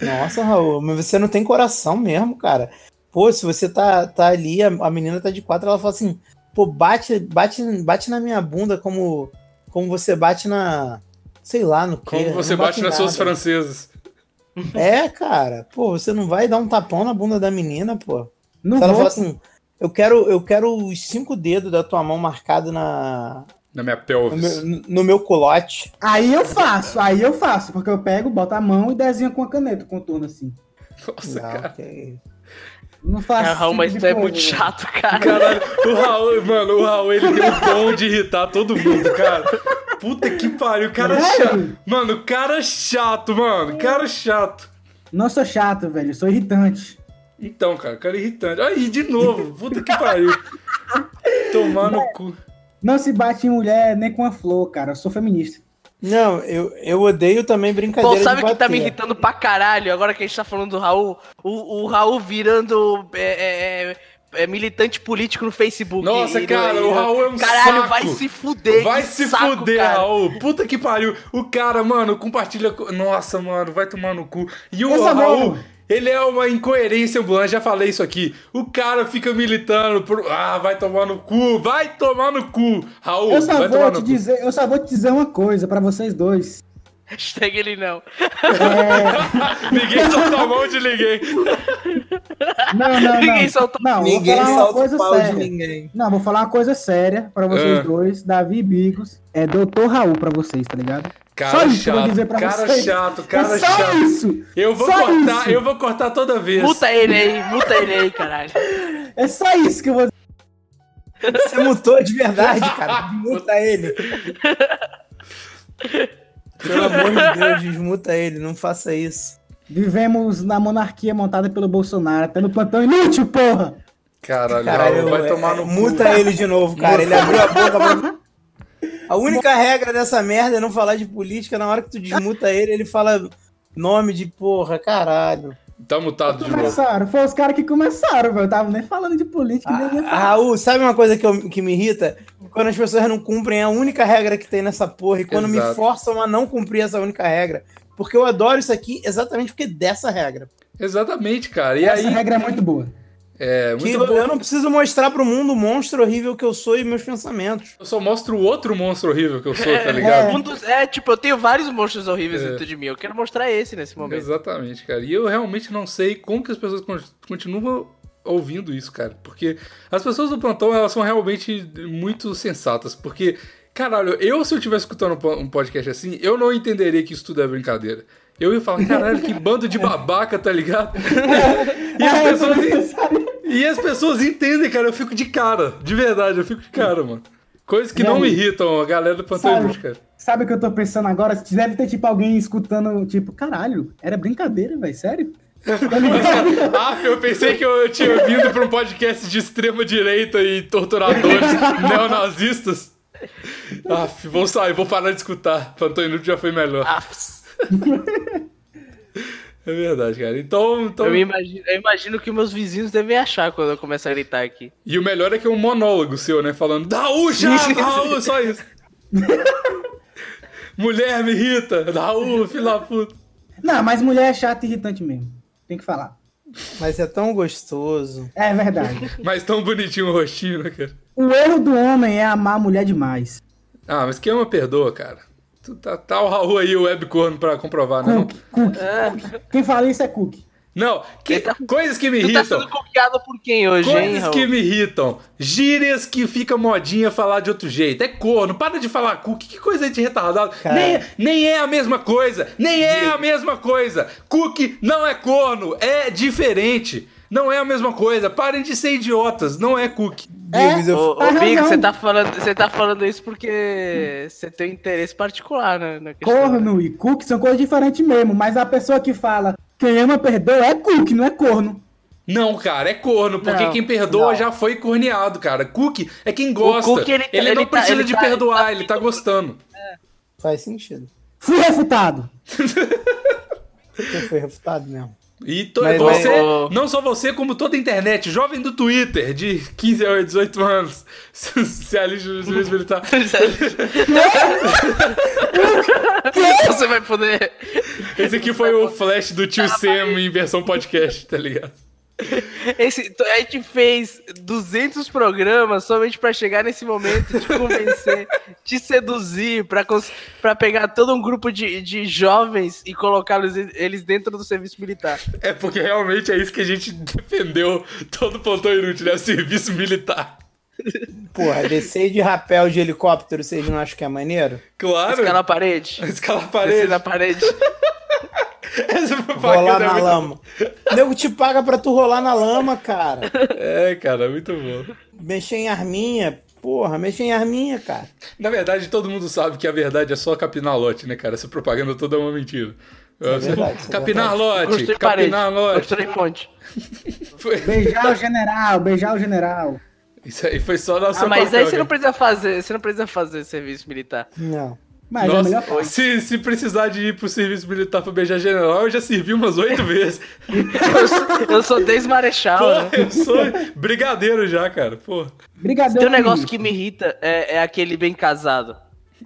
D: Nossa, Raul, mas você não tem coração mesmo, cara. Pô, se você tá, tá ali, a, a menina tá de quatro, ela fala assim, pô, bate, bate, bate na minha bunda como, como você bate na. Sei lá, no quê.
A: Como
D: Eu
A: você
D: não
A: bate
D: bato
A: nas
D: em
A: suas
D: nada.
A: francesas.
D: É, cara. Pô, você não vai dar um tapão na bunda da menina, pô.
C: Não
D: se ela
C: vou.
D: falar assim, Eu quero, eu quero os cinco dedos da tua mão marcado na,
A: Na minha
D: no,
A: pelvis.
D: meu, no meu culote.
C: Aí eu faço, aí eu faço, porque eu pego, boto a mão e desenho com a caneta, o contorno assim.
A: Nossa,
D: Não,
A: cara.
D: que isso.
C: Não
D: Ah,
C: faço.
B: Caralho,
C: esse
B: mas
C: tipo
B: tu é
C: de
B: muito
C: coisa.
B: chato, cara.
A: Caralho, o Raul, mano, o Raul, ele tem um dom de irritar todo mundo, cara. Puta que pariu, cara é chato.
C: Velho.
A: Mano, cara é chato, mano, cara é chato.
C: Não sou chato, velho, eu sou irritante.
A: Então, cara, cara irritante. Aí, de novo, puta que pariu. Tomar no cu.
C: Não se bate em mulher nem com a flor, cara, eu sou feminista.
D: Não, eu, eu odeio também brincadeira
B: Bom, sabe
D: de
B: o que tá
D: bater.
B: me irritando pra caralho? Agora que a gente tá falando do Raul, o, o Raul virando é, é, é, é, militante político no Facebook.
A: Nossa,
B: E- e-
A: cara,
B: e-
A: o Raul é um
B: Caralho,
A: saco.
B: vai se fuder,
A: Vai
B: que
A: se
B: saco,
A: fuder,
B: cara.
A: Raul. Puta que pariu. O cara, mano, compartilha. co- Nossa, mano, vai tomar no cu. E o
C: Essa
A: Raul.
C: mão.
A: Ele é uma incoerência ambulante, já falei isso aqui. O cara fica militando por. Ah, vai tomar no cu, vai tomar no cu, Raul.
C: Eu só
A: vai
C: vou
A: tomar
C: te
A: no cu.
C: dizer, eu só vou te dizer uma coisa pra vocês dois. É,
B: Hashtag ele não.
A: Ninguém soltou a mão de ninguém.
C: Não, não, não.
B: Ninguém solta-
C: Não, eu
D: Ninguém
C: vou falar uma
D: salta
C: coisa
D: o pau
C: séria.
D: de ninguém.
C: Não, vou falar uma coisa séria pra vocês
A: Ah.
C: dois, Davi e Bigos. É Doutor Raul pra vocês, tá ligado?
A: Cara
C: só isso que eu vou
A: chato,
C: dizer pra
A: cara
C: vocês.
A: chato, cara
C: é só
A: chato.
C: isso!
A: Eu vou
C: Só
A: cortar,
C: isso.
A: eu vou cortar toda vez.
B: Muta ele aí, muta ele aí, caralho.
C: É só isso que eu vou dizer.
D: Você é mutou de verdade, cara. Desmuta ele. Pelo amor de Deus, desmuta ele. Não faça isso.
C: Vivemos na monarquia montada pelo Bolsonaro, até no plantão inútil, porra!
A: Tá Caralho,
D: Caralho,
A: Raul, vai
D: é-
A: tomar no cu.
D: Muta ele de novo, cara. Ele abriu a boca pra... A única regra dessa merda é não falar de política. Na hora que tu desmuta ele, ele fala nome de porra, caralho.
A: Tá mutado de novo.
C: Começaram, foi os caras que começaram, velho. Eu tava nem falando de política, nem ia
D: Ah, Raul, sabe uma coisa que, eu- que me irrita? Quando as pessoas não cumprem é a única regra que tem nessa porra e quando
A: Exato.
D: me forçam a não cumprir essa única regra. Porque eu adoro isso aqui exatamente porque é dessa regra.
A: Exatamente, cara. E
C: Essa
A: aí,
C: regra é muito boa.
A: é,
D: Que
A: muito
D: eu,
A: bom.
D: eu não preciso mostrar pro mundo o monstro horrível que eu sou e meus pensamentos.
A: Eu só mostro o outro monstro horrível que eu sou, tá
C: É.
A: ligado?
B: Um dos- é, tipo, eu tenho vários monstros horríveis
A: É.
B: dentro de mim. Eu quero mostrar esse nesse momento.
A: Exatamente, cara. E eu realmente não sei como que as pessoas con- continuam ouvindo isso, cara. Porque as pessoas do plantão, elas são realmente muito sensatas. Porque, caralho, eu se eu estivesse escutando po- um podcast assim, eu não entenderia que isso tudo é brincadeira. Eu ia falar, caralho, que bando de babaca, tá ligado? e, as
C: É, eu tô
A: pessoas,
C: pensando-
A: e as pessoas entendem, cara. Eu fico de cara. De verdade, eu fico de cara, mano. Coisas que não me
C: Realmente.
A: irritam, a galera do Plantão
C: Sabe?
A: Inútil, cara.
C: Sabe o que eu tô pensando agora? Deve ter, tipo, alguém escutando, tipo, caralho, era brincadeira, velho, sério? Tá ligado?
A: Ah, eu pensei que eu tinha vindo pra um podcast de extrema-direita e torturadores neonazistas. Ah, vou sair, vou parar de escutar. Plantão Inútil já foi melhor.
B: Afs.
A: É verdade, cara. Então, então...
B: Eu, me imagino, eu imagino que meus vizinhos devem achar quando eu começar a gritar aqui.
A: E o melhor é que é um monólogo seu, né? Falando, Raul, já,
B: Sim, sim, sim.
A: Raul, só isso. Mulher me irrita, Raul, filho da puta.
C: Não, mas mulher é chata e irritante mesmo. Tem que falar.
D: Mas é tão gostoso.
C: É verdade.
A: Mas tão bonitinho o rostinho, né, cara?
C: O erro do homem é amar a mulher demais.
A: Ah, mas quem ama perdoa, cara. Tu Tá, tá o Raul aí, o webcorno, pra comprovar, né? Não,
C: Cook, Cook. Quem fala isso é Cook.
A: Não, que-
B: Tá-
A: coisas que me
B: Tu tá
A: irritam.
B: sendo copiado por quem hoje, hein,
A: Coisas
B: Raul?
A: que me irritam. Gírias que fica modinha falar de outro jeito. É corno, para de falar cookie. Que coisa de retardado.
D: Cara.
A: Nem, nem é a mesma coisa. Nem é a mesma coisa. Cookie não é corno, é diferente. Não é a mesma coisa. Parem de ser idiotas. Não é cookie.
C: É?
D: Digos, eu-
B: Ô,
C: Tá
B: ô Big,
C: razão.
B: você tá, falando, você tá falando isso porque você tem um interesse particular na, na questão. né?
C: Corno e Cook são coisas diferentes mesmo, mas a pessoa que fala quem ama perdoa é Cook, não é corno.
A: Não, cara, é corno, porque
B: Não,
A: quem perdoa
D: não.
A: já foi corneado, cara. Cookie é quem gosta.
B: cookie, ele tá-
A: não
B: ele tá-
A: precisa
B: ele
A: de
B: tá-
A: perdoar, ele tá gostando.
D: Faz sentido.
C: Fui refutado.
D: Você foi refutado mesmo.
A: E to-
D: Mas-
A: você,
B: mas- ô-
A: não só você, como toda a internet, jovem do Twitter, de 15 a 18 anos, se alista no serviço militar.
B: você vai poder.
A: Esse aqui foi o flash do tio Sam em versão podcast, tá ligado?
B: Esse, t- a gente fez 200 programas somente pra chegar nesse momento, te convencer, te seduzir, pra, cons- pra pegar todo um grupo de, de jovens e colocá-los eles dentro do serviço militar.
A: É porque realmente é isso que a gente defendeu todo o plantão inútil, né? O serviço militar.
D: Porra, descer de rapel de helicóptero, vocês não acham que é maneiro?
A: Claro.
B: Ficar na parede.
A: Escalar a
B: Descer
A: parede.
B: na parede.
A: Essa
D: Rolar
A: propaganda é
D: na
A: muito...
D: lama. O nego te paga pra tu rolar na lama, cara.
A: É, cara, muito bom.
D: Mexer em arminha. Porra, mexer em arminha, cara.
A: Na verdade, todo mundo sabe que a verdade é só capinar lote, né, cara? Essa propaganda toda é uma mentira. É
D: verdade, isso é
A: capinar lote,
B: Construir parede.
A: capinar lote.
B: Construir ponte.
A: Foi-
C: Beijar o general, beijar o general.
A: Isso aí foi só nosso
B: Ah, mas
A: papel, né?
B: aí você não
A: cara.
B: precisa fazer, você não precisa fazer serviço militar.
D: Não.
C: Mas é a
A: Nossa,
C: melhor coisa.
A: se, se precisar de ir pro serviço militar pra beijar general, eu já servi umas oito vezes.
B: Eu sou, eu sou desmarechal, né?
A: Porra, eu sou brigadeiro já, cara. Porra.
C: Brigadeiro.
B: Tem um negócio
C: amigo.
B: que me irrita, é, é aquele bem casado.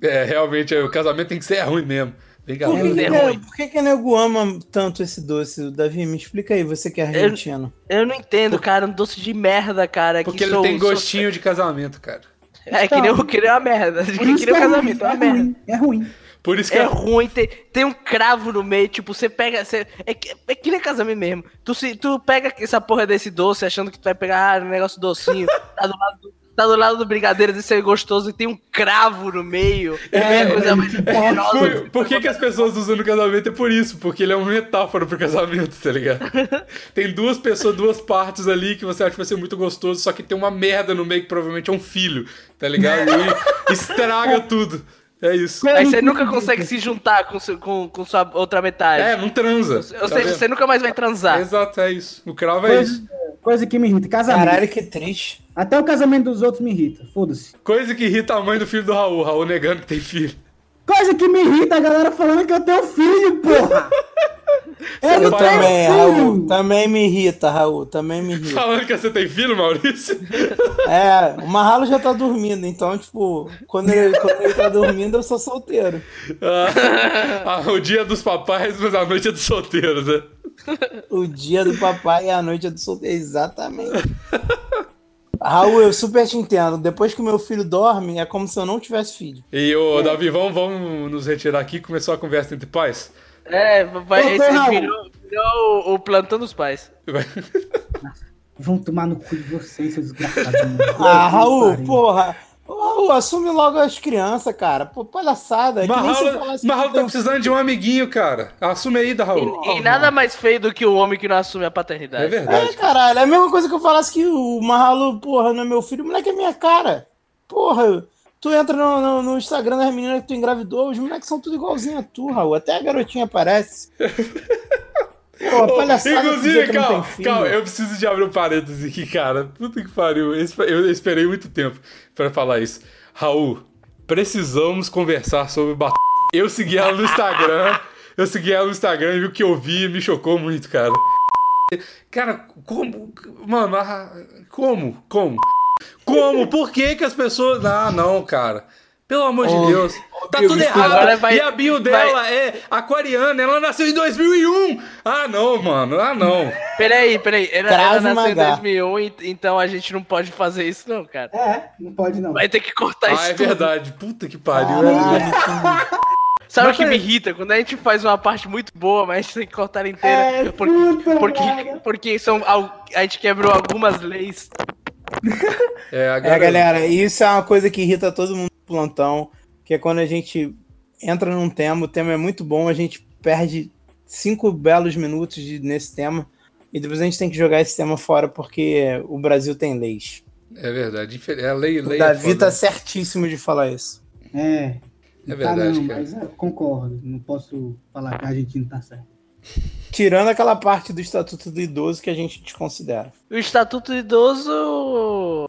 A: É, realmente, o casamento tem que ser ruim mesmo. Tem que um
D: Por que,
B: É
D: que,
B: ruim.
D: por que que nego ama tanto esse doce? Davi, me explica aí, você que é argentino.
B: Eu não entendo, cara, um doce de merda, cara.
A: Porque
B: que
A: ele
B: sou-
A: tem
B: sou-
A: gostinho de casamento, cara.
B: É que nem eu queria uma merda. Que
C: Por
B: nem
C: isso que
B: o
C: é
B: casamento, é uma
C: ruim, é
B: merda.
C: ruim, é ruim.
A: Por isso que
B: É ruim, tem, tem um cravo no meio, tipo, você pega. Você, é, que- é que nem casamento mesmo. Tu, se, tu pega essa porra desse doce achando que tu vai pegar ah, um negócio docinho. tá, do lado do, tá do lado do brigadeiro desse aí gostoso e tem um cravo no meio. É, a coisa mais
A: Por-
B: horrorosa.
A: Por, que, que as pessoas usam no casamento? É por isso, porque ele é uma metáfora pro casamento, tá ligado? tem duas pessoas, duas partes ali que você acha que vai ser muito gostoso, só que tem uma merda no meio que provavelmente é um filho, tá ligado? E estraga tudo. É isso.
B: Aí você nunca consegue se juntar com, seu- com, com sua outra metade.
A: É, não transa.
B: Ou
A: tá
B: seja,
A: vendo?
B: você tá. nunca mais vai transar.
A: Exato, é isso. O cravo é isso.
C: Coisa, coisa que me irrita. Casamento.
D: Caralho, que triste.
C: Até o casamento dos outros me irrita. Foda-se.
A: Coisa que irrita a mãe do filho do Raul. Raul negando que tem filho.
C: Coisa que me irrita, a galera falando que eu tenho filho, porra. eu
D: Eu
C: não tenho
D: também, Raul.
C: filho.
D: Também me irrita, Raul. Também me irrita.
A: Falando que você tem filho, Maurício?
D: É, o Marralo já tá dormindo, então, tipo, quando ele, quando ele tá dormindo, eu sou solteiro.
A: Ah, ah, o dia é dos papais, mas a noite é dos solteiros, né?
D: O dia do papai e a noite é do solteiro. Exatamente. Raul, eu super te entendo. Depois que o meu filho dorme, é como se eu não tivesse filho.
A: E
D: É.
A: ô, Davi, vamos, vamos nos retirar aqui. Começou a conversa entre pais.
B: É, vai,
C: Ô,
B: esse
C: Raul.
B: virou, virou o, o plantão dos pais.
D: É
C: Vão tomar no cu de vocês, seus desgraçados. mano.
D: Ah, Raul,
C: Pariu.
D: porra. Ô, Raul, assume logo as crianças, cara. Pô, palhaçada. É que nem se
A: Marralo
D: falasse
A: Marralo
D: que
A: tá
D: tem um-
A: precisando de um amiguinho, cara. Assume aí, da
B: E,
A: Raul.
B: e nada mais feio do que o homem que não assume a paternidade.
A: É
D: É,
A: verdade.
D: caralho. É a mesma coisa que eu falasse que o Marralo, porra, não é meu filho. O moleque é minha cara. Porra, tu entra no, no- no Instagram das meninas que tu engravidou, os moleques são tudo igualzinho a tu, Raul. Até a garotinha aparece. Pô,
A: Ô,
D: palhaçada. dizer
A: Inclusive,
D: que não
A: calma,
D: tem filho.
A: calma, eu preciso de abrir um parênteses aqui, cara. Puta que pariu. Esse- Eu esperei muito tempo pra falar isso. Raul, precisamos conversar sobre bat... Eu segui ela no Instagram. eu segui ela no Instagram e vi o que eu vi e me chocou muito, cara. Cara, como. Mano, ah, como? Como? Como? Por que que as pessoas. Ah, não, cara. Pelo amor de Deus. Tá tudo
D: desculpa.
B: Agora
A: errado.
B: vai-
A: e a bio dela é aquariana. Ela nasceu em 2001. Ah, não, mano. Ah, não.
B: Peraí, peraí. Ela,
D: Krav
B: ela nasceu em
D: Maga.
B: 2001, e- então a gente não pode fazer isso, não, cara.
C: É, não pode não.
B: Vai ter que cortar
A: Ah,
B: isso
A: é
B: tudo.
A: verdade. Puta que pariu.
B: Ah. Sabe o
A: Mas
B: que me
A: peraí.
B: irrita? Quando a gente faz uma parte muito boa, mas a gente tem que cortar ela inteira.
C: É,
B: porque,
C: puta
B: porque,
C: merda.
B: porque são, al- a gente quebrou algumas leis.
A: É, agora...
D: É, galera, isso é uma coisa que irrita todo mundo no plantão, que é quando a gente entra num tema, o tema é muito bom, a gente perde cinco belos minutos de- nesse tema, e depois a gente tem que jogar esse tema fora porque o Brasil tem leis.
A: É verdade. Infe- É lei,
D: O
A: lei. é
D: Davi
A: foda.
D: tá certíssimo de falar isso.
C: É.
A: É verdade,
C: tá, não,
A: cara.
C: mas eu concordo. Não posso falar que a Argentina tá certo.
D: Tirando aquela parte do Estatuto do Idoso que a gente desconsidera.
B: O Estatuto do Idoso.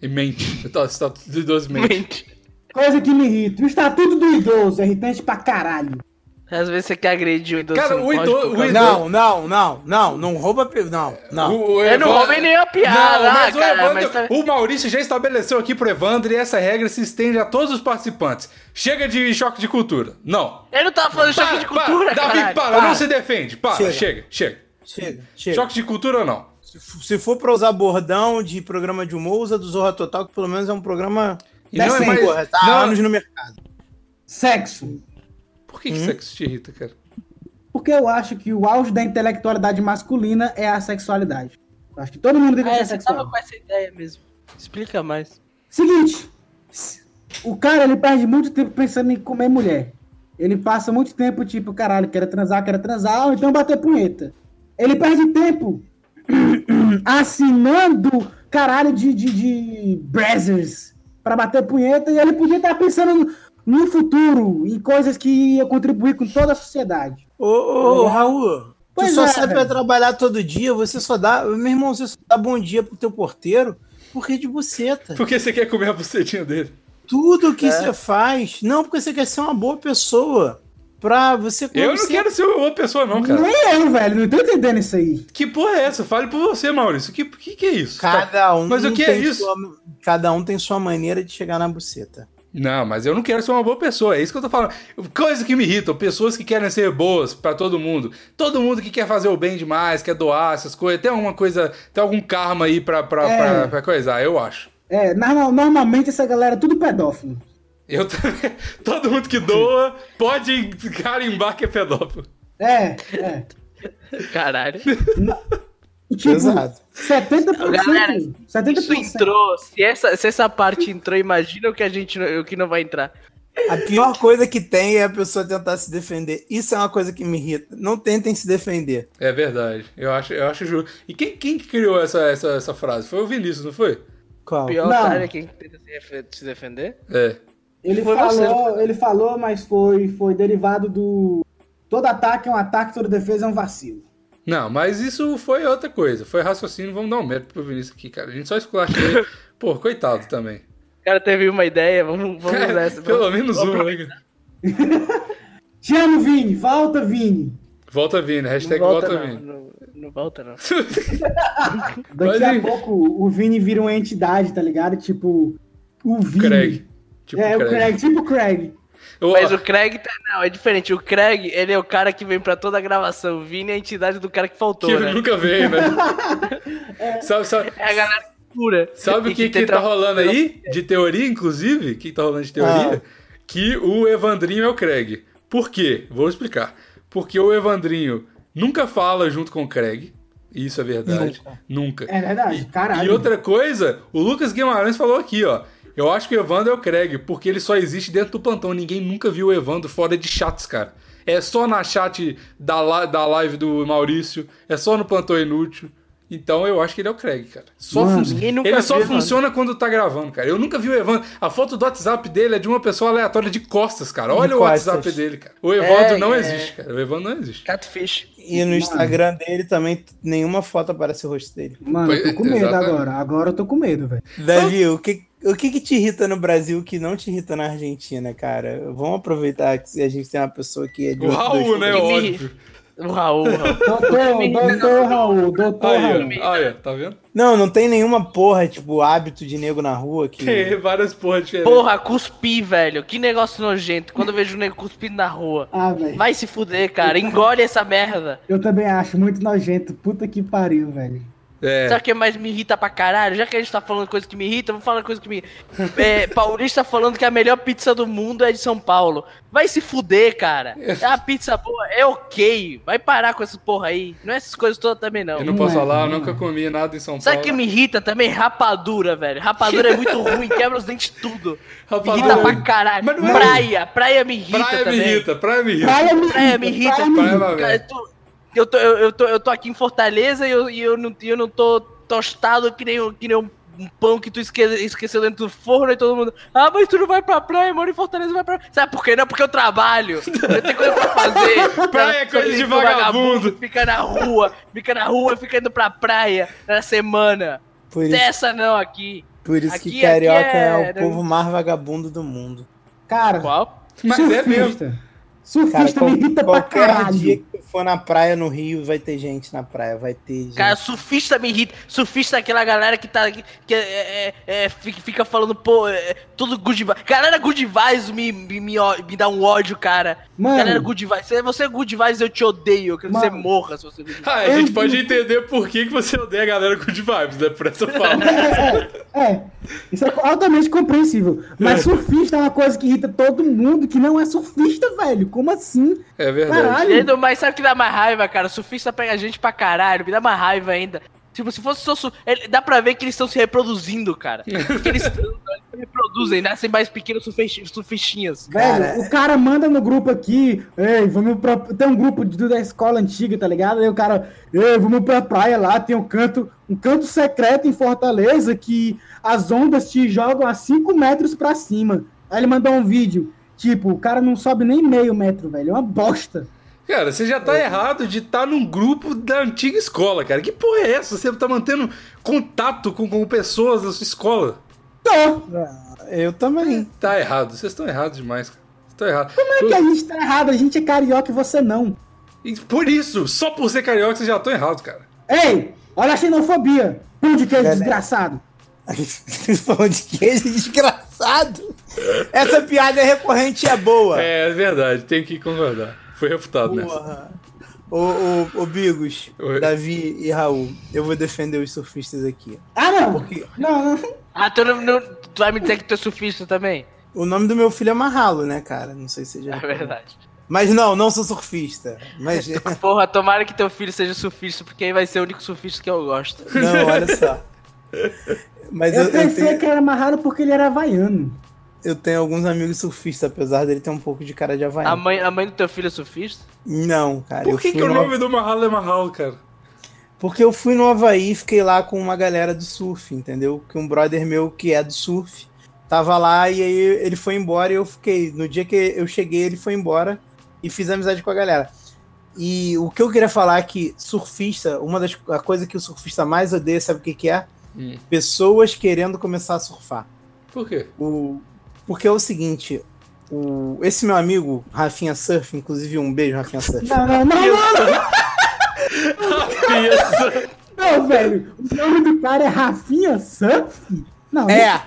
A: E mente. Eu tô- Você tá tudo de 12 mentes.
B: Mente.
C: Coisa que me irrita. O estatuto do idoso é irritante pra caralho.
B: Às vezes você quer agredir o idoso.
A: Cara,
B: você não
A: o
B: pode
A: idoso-
B: por
A: o
B: causa-
A: idoso-
D: Não, não, não, não, não rouba. pe- Não,
A: O-
D: não.
A: o
B: Eu não
A: Evandro-
B: roubei nem a piada,
A: Não, mas,
B: ah, cara,
A: o, Evandro-
B: mas tá-
A: o Maurício já estabeleceu aqui pro Evandro e essa regra se estende a todos os participantes. Chega de choque de cultura. Não.
B: Eu não tava falando choque de É cultura,
A: para, Davi,
B: cara.
A: para,
D: para.
A: não se defende. Para, chega,
D: Chega.
A: chega.
D: Chega, chega.
A: Choque de cultura ou não?
D: Se f- Se for pra usar bordão de programa de humor, usa do Zorra Total, que pelo menos é um programa.
A: E não é
D: Assim,
A: mais-
D: porra, tá
A: não-
D: há anos no mercado.
C: Sexo.
A: Por
D: Uhum.
A: que, que sexo te irrita, cara?
C: Porque eu acho que o auge da intelectualidade masculina é a sexualidade. Eu acho que todo mundo deve
B: Ah,
C: ser
B: você tava
C: sexual.
B: com essa ideia mesmo. Explica mais.
C: Seguinte, o cara ele perde muito tempo pensando em comer mulher. Ele passa muito tempo tipo, caralho, quero transar, quero transar, ou então bater punheta. Ele perde tempo assinando caralho de, de, de Brazzers pra bater punheta e ele podia estar pensando no futuro, em coisas que ia contribuir com toda a sociedade.
D: Ô, ô, ô, Raul,
C: Pois
D: tu só
C: é,
D: sai pra
C: velho.
D: trabalhar todo dia, você só dá. Meu irmão, você só dá bom dia pro teu porteiro porque é de buceta.
A: Porque você quer comer a bucetinha dele.
D: Tudo que você faz, não porque você quer ser uma boa pessoa. Pra você
A: Eu não
D: você- é-
A: quero ser uma pessoa, não, cara.
C: Nem eu, velho, não tô entendendo isso aí.
A: Que porra é essa? Fale por você, Maurício. Que, que que é isso?
D: Cada um
A: Mas o que é
D: tem
A: isso?
D: sua- cada um tem sua maneira de chegar na buceta.
A: Não, mas eu não quero ser uma boa pessoa, é isso que eu tô falando. Coisa que me irritam, pessoas que querem ser boas pra todo mundo. Todo mundo que quer fazer o bem demais, quer doar essas coisas, tem alguma coisa, tem algum karma aí pra, pra,
C: É.
A: pra- pra coisar, eu acho.
C: É, norma- normalmente essa galera é tudo pedófilo.
A: Eu também. Todo mundo que doa pode carimbar que é pedófilo.
C: É, é.
B: Caralho.
C: E, Tipo,
D: Exato.
C: 70%.
B: Galera,
C: 70%.
B: Isso entrou. Se essa, se essa parte entrou, imagina o que a gente não- o que não vai entrar.
D: A pior coisa que tem é a pessoa tentar se defender. Isso é uma coisa que me irrita. Não tentem se defender.
A: É verdade, eu acho, eu acho justo. E quem, quem que criou essa, essa, essa frase? Foi o Vinícius, não foi?
D: Qual?
B: O pior
C: Não.
B: otário é quem tenta se refe- se defender.
A: É.
C: Ele
B: Foi
C: falou, ele falou, mas foi, foi derivado do. Todo ataque é um ataque, toda defesa é um vacilo.
A: Não, mas isso foi outra coisa. Foi raciocínio, vamos dar um mérito pro Vinícius aqui, cara. A gente só esculacha ele. Pô, coitado também.
B: O cara teve uma ideia, vamos, vamos
A: Cara,
B: nessa.
A: Pelo menos uma, né? cara?
C: Te amo, Vini. Volta, Vini.
A: Volta vindo,
B: Não
A: hashtag volta,
B: volta, não,
A: vindo.
B: não, não volta, não.
C: Daqui
A: Olha aí.
C: a pouco o Vini vira uma entidade, tá ligado? Tipo, o Vini.
A: Craig. Tipo,
C: é, o Craig, tipo o Craig.
A: Ô,
B: Mas o Craig tá. Não, é diferente. O Craig, ele é o cara que vem pra toda a gravação. O Vini é a entidade do cara que faltou,
A: que
B: né?
A: nunca veio, né? sabe sabe,
B: É a galera pura.
A: sabe o que, que, tá rolando aí? De teoria, inclusive? O que tá rolando de teoria?
C: Ah.
A: Que o Evandrinho é o Craig. Por quê? Vou explicar. Porque o Evandrinho nunca fala junto com o Craig. Isso é verdade. Nunca.
C: É verdade, caralho.
A: E outra coisa, o Lucas Guimarães falou aqui, ó. Eu acho que o Evandro é o Craig, porque ele só existe dentro do plantão. Ninguém nunca viu o Evandro fora de chats, cara. É só na chat da, li- da live do Maurício, é só no plantão inútil. Então eu acho que ele é o Craig, cara. Só
C: Mano.
A: fun-
B: Ninguém nunca
A: Ele
B: viu
A: só
B: o Evandro.
A: funciona quando tá gravando, cara. Eu nunca vi o Evandro. A foto do WhatsApp dele é de uma pessoa aleatória de costas, cara. Olha o
D: costas.
A: WhatsApp dele, cara. O Evandro
B: É,
A: não
B: é.
A: existe, cara. O Evandro não existe.
B: Catfish.
D: E no Instagram dele também nenhuma foto aparece o rosto dele.
C: Mano, eu tô com medo
A: é, Exatamente.
C: agora. Agora eu tô com medo, velho.
D: Davi, o que, o que que te irrita no Brasil que não te irrita na Argentina, cara? Vamos aproveitar que a gente tem uma pessoa que é de
A: O
D: outro-
A: Raul,
D: dois-
A: né?
B: Que me-
A: Óbvio.
B: O Raul, o Raul.
C: Doutor, doutor Raul, doutor Raul.
A: Aí, ó. Aí, ó. Tá vendo?
D: Não, não tem nenhuma porra, tipo, hábito de nego na rua que.
A: Tem várias porra diferentes.
B: Porra, cuspi, velho. Que negócio nojento. Quando eu vejo o nego cuspindo na rua.
C: Ah, velho.
B: Vai se fuder, cara. Engole essa merda.
C: Eu também acho muito nojento. Puta que pariu, velho.
A: É.
B: Sabe o que mais me irrita pra caralho? Já que a gente tá falando coisa que me irrita, eu vou falar coisa que me. É, Paulista falando que a melhor pizza do mundo é de São Paulo. Vai se fuder, cara. É uma pizza boa, é ok. Vai parar com essa porra aí. Não é essas coisas todas também, não.
A: Eu não posso
C: Não é,
A: falar, eu
C: não
A: nunca
C: é.
A: comi nada em São
B: Sabe o que
A: Paulo.
B: me irrita também? Rapadura, velho. Rapadura é muito ruim, quebra os dentes tudo. Me
A: Rapadura
B: irrita
A: é
B: pra
A: ruim.
B: caralho.
A: Mas não é-
B: Praia, praia me irrita
A: Praia me
B: também.
A: irrita, praia me irrita.
C: Praia me
B: Praia É, me irrita.
C: praia me
A: Praia
C: irrita.
A: lá,
B: Cara,
A: velho.
B: eu tô, É, eu, tô, eu, eu tô, eu tô aqui em Fortaleza e eu, e eu, não, e eu não tô tostado que nem, um- que nem um, um pão que tu esque, esqueceu dentro do forno e todo mundo. Ah, mas tu não vai pra praia, mora em Fortaleza, vai pra praia. Sabe por quê? Não, porque eu trabalho. Eu tenho coisa pra fazer.
A: Praia é coisa de
B: Tu
A: vagabundo.
B: Fica na rua, fica na rua, fica indo pra praia na semana.
D: Por isso,
B: Dessa não aqui.
D: por isso
B: aqui-
D: que carioca
B: aqui
D: é...
B: é-
D: o povo mais vagabundo do mundo.
C: Cara,
B: Qual?
A: Mas é mesmo.
C: surfista.
D: Cara,
C: Surfista
D: qual-
C: me irrita pra
D: qualquer
C: caralho.
D: dia que tu for na praia no Rio, vai ter gente na praia, vai ter gente.
B: Cara, surfista me irrita. Surfista é aquela galera que tá. que, que é, é, é, fica fica falando, pô, é, é, tudo good vibes. Galera, good vibes me, me, me ó- me dá um ódio, cara.
C: Mano,
B: Galera, good vibes. Se você é good vibes, eu te odeio. Eu quero que você
C: Mano.
B: morra se você é good vibes.
A: Ah, a gente pode entender por que, que você odeia a galera good vibes, né? Por essa fala.
C: é, é, isso é altamente compreensível. Mas surfista é uma coisa que irrita todo mundo que não é surfista, velho. Como assim?
A: É verdade.
C: Caralho.
B: Entendeu? Mas sabe o que dá mais raiva, cara? O surfista pega a gente pra caralho, me dá mais raiva ainda. Tipo, se fosse só. Su... ele- Dá pra ver que eles estão se reproduzindo, cara. Porque eles, eles se reproduzem, nascem mais pequenos surfis- surfistinhas.
C: Velho,
D: Cara,
C: o cara manda no grupo aqui, ei, vamos pra... tem um grupo de, da escola antiga, tá ligado? Aí o cara, ei, vamos pra praia lá, tem um canto, um canto secreto em Fortaleza que as ondas te jogam a 5 metros pra cima. Aí ele mandou um vídeo, tipo, o cara não sobe nem meio metro, velho, é uma bosta.
A: Cara, você já
C: É.
A: tá errado de estar num grupo da antiga escola, cara. Que porra é essa? Você tá mantendo contato com, com pessoas da sua escola?
D: Eu também.
A: Tá errado. Vocês estão errados demais. cara. Vocês estão errados.
C: Como é que a gente tá errado? A gente é carioca e você não.
A: E por isso, só por ser carioca, vocês já estão errados, cara.
C: Ei, olha a xenofobia, pão de
D: É,
C: queijo
D: né?
C: desgraçado.
D: Pão de queijo desgraçado. Essa piada é recorrente e é boa.
A: É, é verdade. Tenho que concordar. Foi refutado nessa.
D: Porra. Ô, ô, ô, Bigos,
A: Oi.
D: Davi e Raul, eu vou defender os surfistas aqui.
C: Ah, não.
D: Porque
C: Não, não.
B: Ah, tu, não, não- tu vai me dizer que tu é surfista também?
D: o nome do meu filho é Marralo, né, cara? Não sei se você já.
B: É
D: reparou.
B: verdade.
D: Mas não, não sou surfista. Mas.
B: Porra, tomara que teu filho seja surfista, porque aí vai ser o único surfista que eu gosto.
D: não, olha só. Mas eu,
C: Eu
D: eu
C: pensei
D: tenho,
C: que era amarrado porque ele era havaiano.
D: eu tenho alguns amigos surfistas, apesar dele ter um pouco de cara de
B: A
D: Havaí.
B: mãe, a mãe do teu filho é surfista?
D: Não, cara. eu
A: Por que,
D: fui
A: que o
D: no-
A: nome do Mahalo é Mahalo, cara?
D: Porque eu fui no Havaí e fiquei lá com uma galera do surf, entendeu? Que um brother meu que é do surf tava lá e aí ele foi embora e eu fiquei. No dia que eu cheguei, ele foi embora e fiz amizade com a galera. E o que eu queria falar é que surfista, uma das a coisa que o surfista mais odeia, sabe o que, que é?
A: Hum.
D: Pessoas querendo começar a surfar.
A: Por quê?
D: O, porque é o seguinte, o, esse meu amigo, Rafinha Surf, inclusive um beijo, Rafinha Surf.
C: Não, não, não, não,
A: Pensa.
C: não, velho. O nome do cara é Rafinha Surf? Não,
D: É,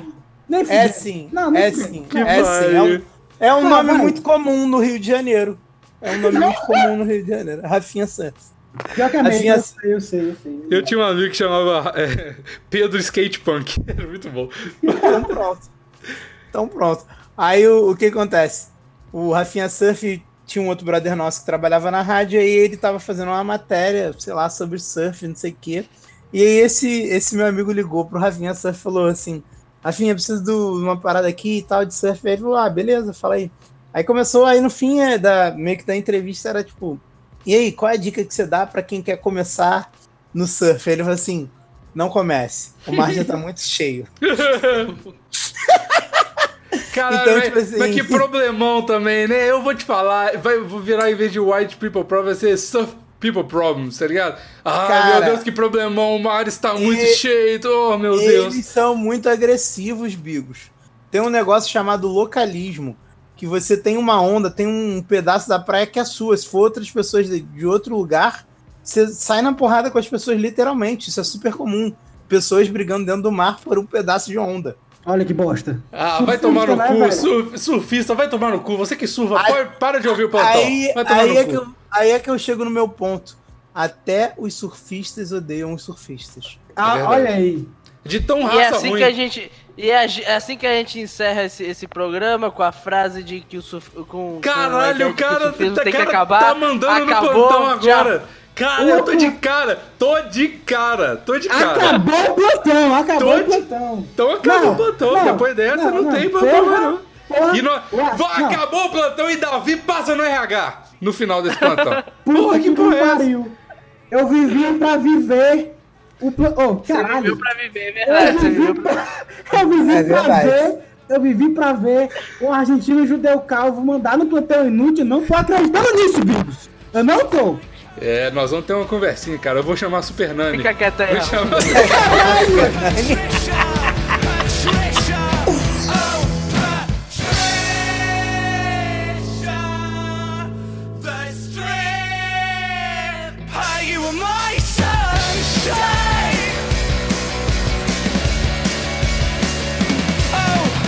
C: nem
D: é
C: fudendo.
D: sim,
C: Não, não
D: é
C: fudendo.
D: sim,
A: Que
D: é sim. É um-
A: pariu.
D: É um
C: Ah,
D: nome
C: vai.
D: muito comum no Rio de Janeiro. É um nome muito comum no Rio de Janeiro. Rafinha Santos.
C: Pior que é mesmo,
D: Rafinha-
C: eu sei, eu sei, eu sei.
A: Eu tinha um amigo que chamava é, Pedro Skate Punk. Era muito bom.
D: Então pronto. Então pronto. Aí o, o que acontece? O Rafinha Surf tinha um outro brother nosso que trabalhava na rádio, aí ele tava fazendo uma matéria, sei lá, sobre surf, não sei o quê. E aí esse, esse meu amigo ligou pro Rafinha Surf e falou assim: Rafinha, eu preciso de uma parada aqui e tal de surf. Aí ele falou: Ah, beleza, fala aí. Aí começou, aí no fim é, da, meio que da entrevista era tipo: E aí, qual é a dica que você dá pra quem quer começar no surf? Aí ele falou assim: Não comece, o mar já tá muito cheio.
A: Caralho,
D: Então,
A: mas,
D: tipo assim-
A: mas que problemão também, né? Eu vou te falar, vai, vou virar em vez de White People Problem, vai ser Surf People Problems, tá ligado? Ah,
D: Cara.
A: meu Deus, que problemão, o mar está muito
D: E-
A: cheio, oh meu
D: Eles
A: Deus.
D: são muito agressivos, Bigos. Tem um negócio chamado localismo, que você tem uma onda, tem um pedaço da praia que é sua. Se for outras pessoas de, de outro lugar, você sai na porrada com as pessoas literalmente. Isso é super comum. Pessoas brigando dentro do mar por um pedaço de onda.
C: Olha que bosta.
A: Ah, vai
C: Surfista,
A: tomar no
C: né,
A: cu,
C: velho?
A: sur- surfista, vai tomar no cu, você que surfa,
D: Aí-
A: pa- para de ouvir o plantão.
D: Aí,
A: vai tomar
D: aí,
A: no
D: é
A: cu.
D: que eu, aí é que eu chego no meu ponto. Até os surfistas odeiam os surfistas.
C: Ah,
A: verdade.
C: olha aí.
A: De tão raça
B: E é assim
A: ruim.
B: que a gente. E é a- é assim que a gente encerra esse, esse programa com a frase de que o surf, com com a ideia
A: Caralho,
B: de
A: o
B: que
A: cara,
B: surfismo
A: tá,
B: tem que
A: cara
B: acabar.
A: tá mandando no
B: Acabou,
A: plantão
B: tchau.
A: agora. Cara, eu tô de cara, tô de cara, tô de
D: Ah,
A: cara.
D: tá
C: Acabou o plantão, acabou
A: Tô
C: o plantão.
A: Então acabou
C: Não,
A: o plantão.
C: não,
A: Depois dessa não,
C: não, não.
A: tem plantão
C: Porra,
A: mais não.
C: porra,
A: e nós-
C: ué,
A: Vó,
C: não.
A: Acabou o plantão e Davi passa no RH no final desse plantão.
C: Puta que
A: porra é essa?
C: pariu. Eu vivi pra viver o plantão. Oh,
B: Você viveu
C: caralho.
B: pra viver, é verdade.
C: Eu
B: Você viveu
C: vivi
B: pra...
C: pra, eu vivi
D: É
C: pra
D: verdade.
C: ver. Eu vivi pra ver o argentino judeu calvo mandar no plantão inútil. Eu não tô acreditando nisso, Bigos. Eu não tô.
A: É, nós vamos ter uma conversinha, cara. Eu vou chamar a Super Nani.
B: Fica quieto aí,
A: Vou
B: Rafa.
A: chamar...
E: Oh,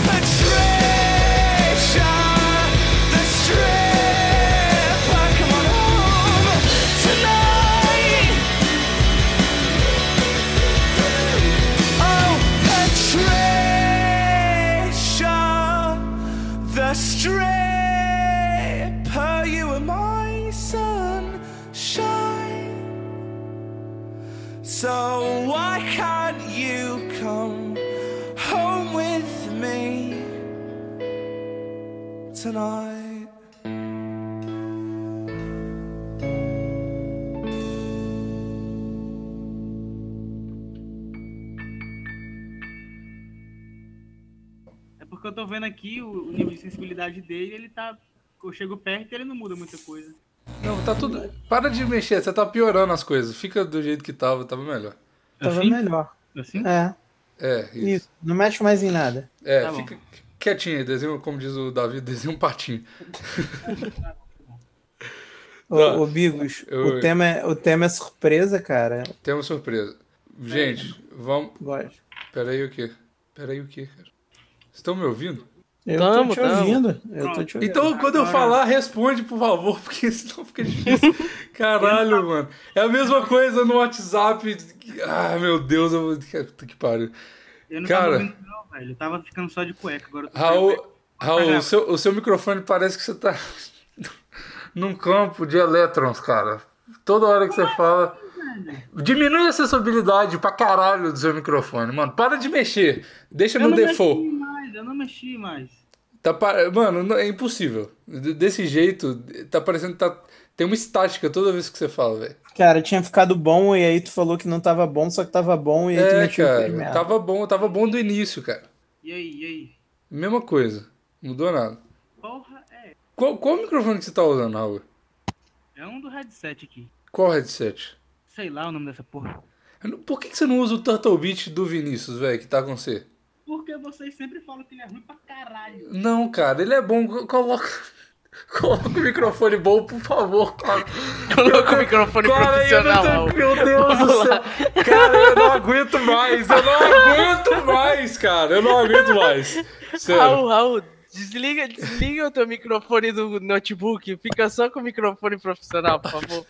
E: Patricia, the strength. Oh, So why can't you come home with me
F: É
E: tonight?
F: É porque eu tô vendo aqui o, o nível de sensibilidade dele, ele tá. Eu chego perto e ele não muda muita coisa.
A: Não, tá tudo. Para de mexer, você tá piorando as coisas. Fica do jeito que tava, tava melhor.
D: Tava
F: Assim?
D: melhor.
F: Assim?
D: É,
A: É, isso.
D: isso. Não mexe mais em nada.
A: É,
F: Tá bom.
A: fica quietinho aí, desenha, como diz o Davi, desenha um patinho.
D: Ô,
A: Tá.
D: ô, Bigos,
A: Oi.
D: o tema, é, o tema é surpresa, cara.
A: Temos surpresa. Gente, vamos.
D: Gosto.
A: Pera aí o quê? Pera aí o quê, cara? Estão me ouvindo?
D: Eu
B: Tamo,
D: tô te
B: tamo.
D: ouvindo. Eu tô te ouvindo.
A: Então, quando eu
F: Agora-
A: falar, responde, por favor, porque senão fica difícil. Caralho, mano. É a mesma coisa no WhatsApp. Ah, meu Deus, eu vou. Puta que pariu.
F: Eu não
A: Cara.
F: tava ouvindo, não, velho. Eu tava ficando só de cueca. Agora eu é. tô
A: Raul,
F: de
A: Raul o, seu, o seu microfone parece que você tá num campo de elétrons, cara. Toda hora que você
F: é
A: fala.
F: tá,
A: Diminui a acessibilidade pra caralho do seu microfone, mano. Para de mexer. Deixa
F: Eu
A: no
F: não
A: default.
F: mexi mais, eu não mexi mais.
A: Tá pa- Mano, não- é impossível. D- Desse jeito, tá parecendo que tá... tem uma estática toda vez que você fala, velho.
D: Cara, tinha ficado bom e aí tu falou que não tava bom, só que tava bom e aí tu
A: É,
D: mexeu e fez
A: cara.
D: merda.
A: Tava bom, tava bom do início, cara.
F: E aí, e aí?
A: Mesma coisa. Mudou nada.
F: Porra, é.
A: Qual, qual microfone que você tá usando, Raul?
F: É um do headset aqui.
A: Qual headset?
F: Sei lá o nome dessa porra.
A: Eu não- Por que, que você não usa o Turtle Beach do Vinícius, velho, que tá com você?
F: Porque vocês sempre falam que ele é ruim pra caralho.
A: Não, cara, ele é bom. Co- Coloca. Coloca o microfone bom, por favor, cara.
B: Coloca o microfone
A: Cara, eu
B: profissional,
A: não
B: Raul.
A: tô... Meu Deus do
B: Vamos
A: céu.
B: lá.
A: Cara, eu não aguento mais. Eu não aguento mais, cara. Eu não aguento mais. Sério.
B: Raul, Raul, desliga, desliga o teu microfone do notebook. Fica só com o microfone profissional, por favor.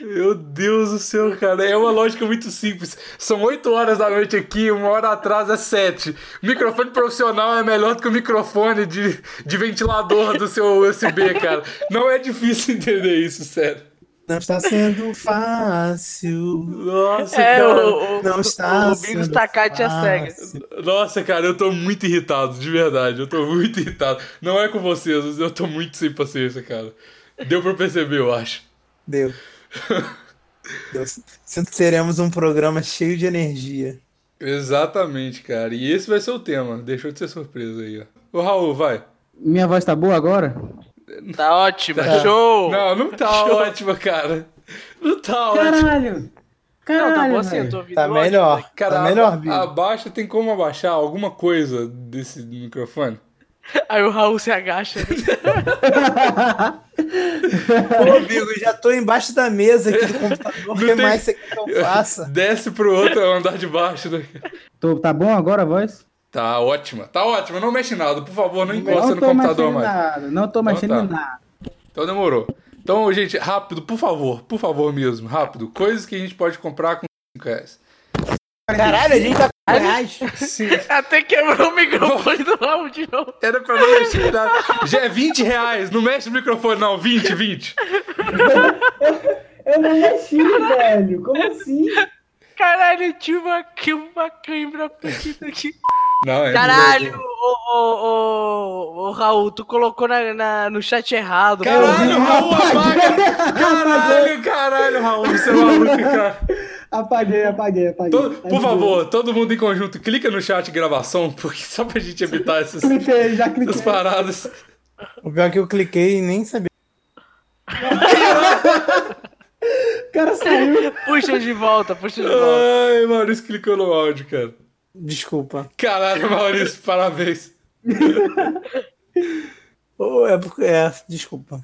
A: Meu Deus do céu, cara. É uma lógica muito simples. São 8 horas da noite aqui, uma hora atrás é 7. Microfone profissional é melhor do que o microfone de, de ventilador do seu USB, cara. Não é difícil entender isso, sério.
D: Não está sendo fácil.
A: Nossa,
B: é,
A: cara.
B: o, o,
D: Não está
B: o, o Bigos
D: sendo
B: Takati a cega.
D: fácil.
A: Nossa, cara, eu tô muito irritado, de verdade. Eu tô muito irritado. Não é com vocês, mas eu tô muito sem paciência, cara. Deu pra perceber, eu acho.
D: Deu. Deu. Sinto que teremos um programa cheio de energia.
A: Exatamente, cara. E esse vai ser o tema. Deixou de ser surpresa aí, ó. Ô, Raul, vai.
C: Minha voz tá boa agora?
B: Tá ótimo, show. Não,
A: Não, não tá ótima, cara. Não tá ótima.
C: Caralho! Caralho!
B: tá bom assim,
C: velho.
B: eu tô ouvindo.
D: Tá
B: ótimo. né?
D: melhor.
A: Cara,
D: tá
A: aba-
D: melhor, Bigo.
A: abaixa, tem como abaixar alguma coisa desse microfone?
B: Aí o Raul se agacha.
D: Ô, Bigo, já tô embaixo da mesa aqui do computador. O que
A: tem-
D: mais você quer que eu faça?
A: Desce pro outro andar de baixo. Né?
C: Tô- tá bom agora a voz?
A: Tá ótima, tá ótima. Não mexe em nada, por favor, não encosta
C: não
A: assim no
C: tô
A: computador
C: mexendo em
A: mais.
C: nada, não tô mexendo
A: tá.
C: em nada.
A: Então demorou. Então, gente, rápido, por favor, por favor mesmo, rápido. Coisas que a gente pode comprar com 5 reais.
D: Caralho, a gente tá com reais.
A: Sim,
B: Até quebrou o microfone do Raul de novo.
A: era pra não mexer em nada. Já é 20 reais, não mexe no microfone não, 20, 20.
C: Eu não mexi, velho. Como assim?
B: Caralho, eu tinha uma, que uma câimbra fudida aqui.
A: Não, é
B: Caralho, ô, ô, ô, ô, Raul, tu colocou na, na- no chat errado.
A: Caralho,
B: mano.
A: Raul, apaga! Caralho, caralho, Raul, você é maluco, cara.
C: Apaguei, apaguei, apaguei.
A: Todo- por favor, todo mundo em conjunto, clica no chat gravação, porque só pra gente evitar essas,
C: Cliquei, já
A: essas
C: cliquei.
A: paradas.
D: O pior é que eu cliquei e nem sabia.
C: O cara saiu.
B: Puxa de volta, puxa de volta.
A: Ai, Maurício clicou no áudio, cara.
D: Desculpa.
A: Caralho, Maurício, parabéns.
D: Ô, é porque. É, desculpa.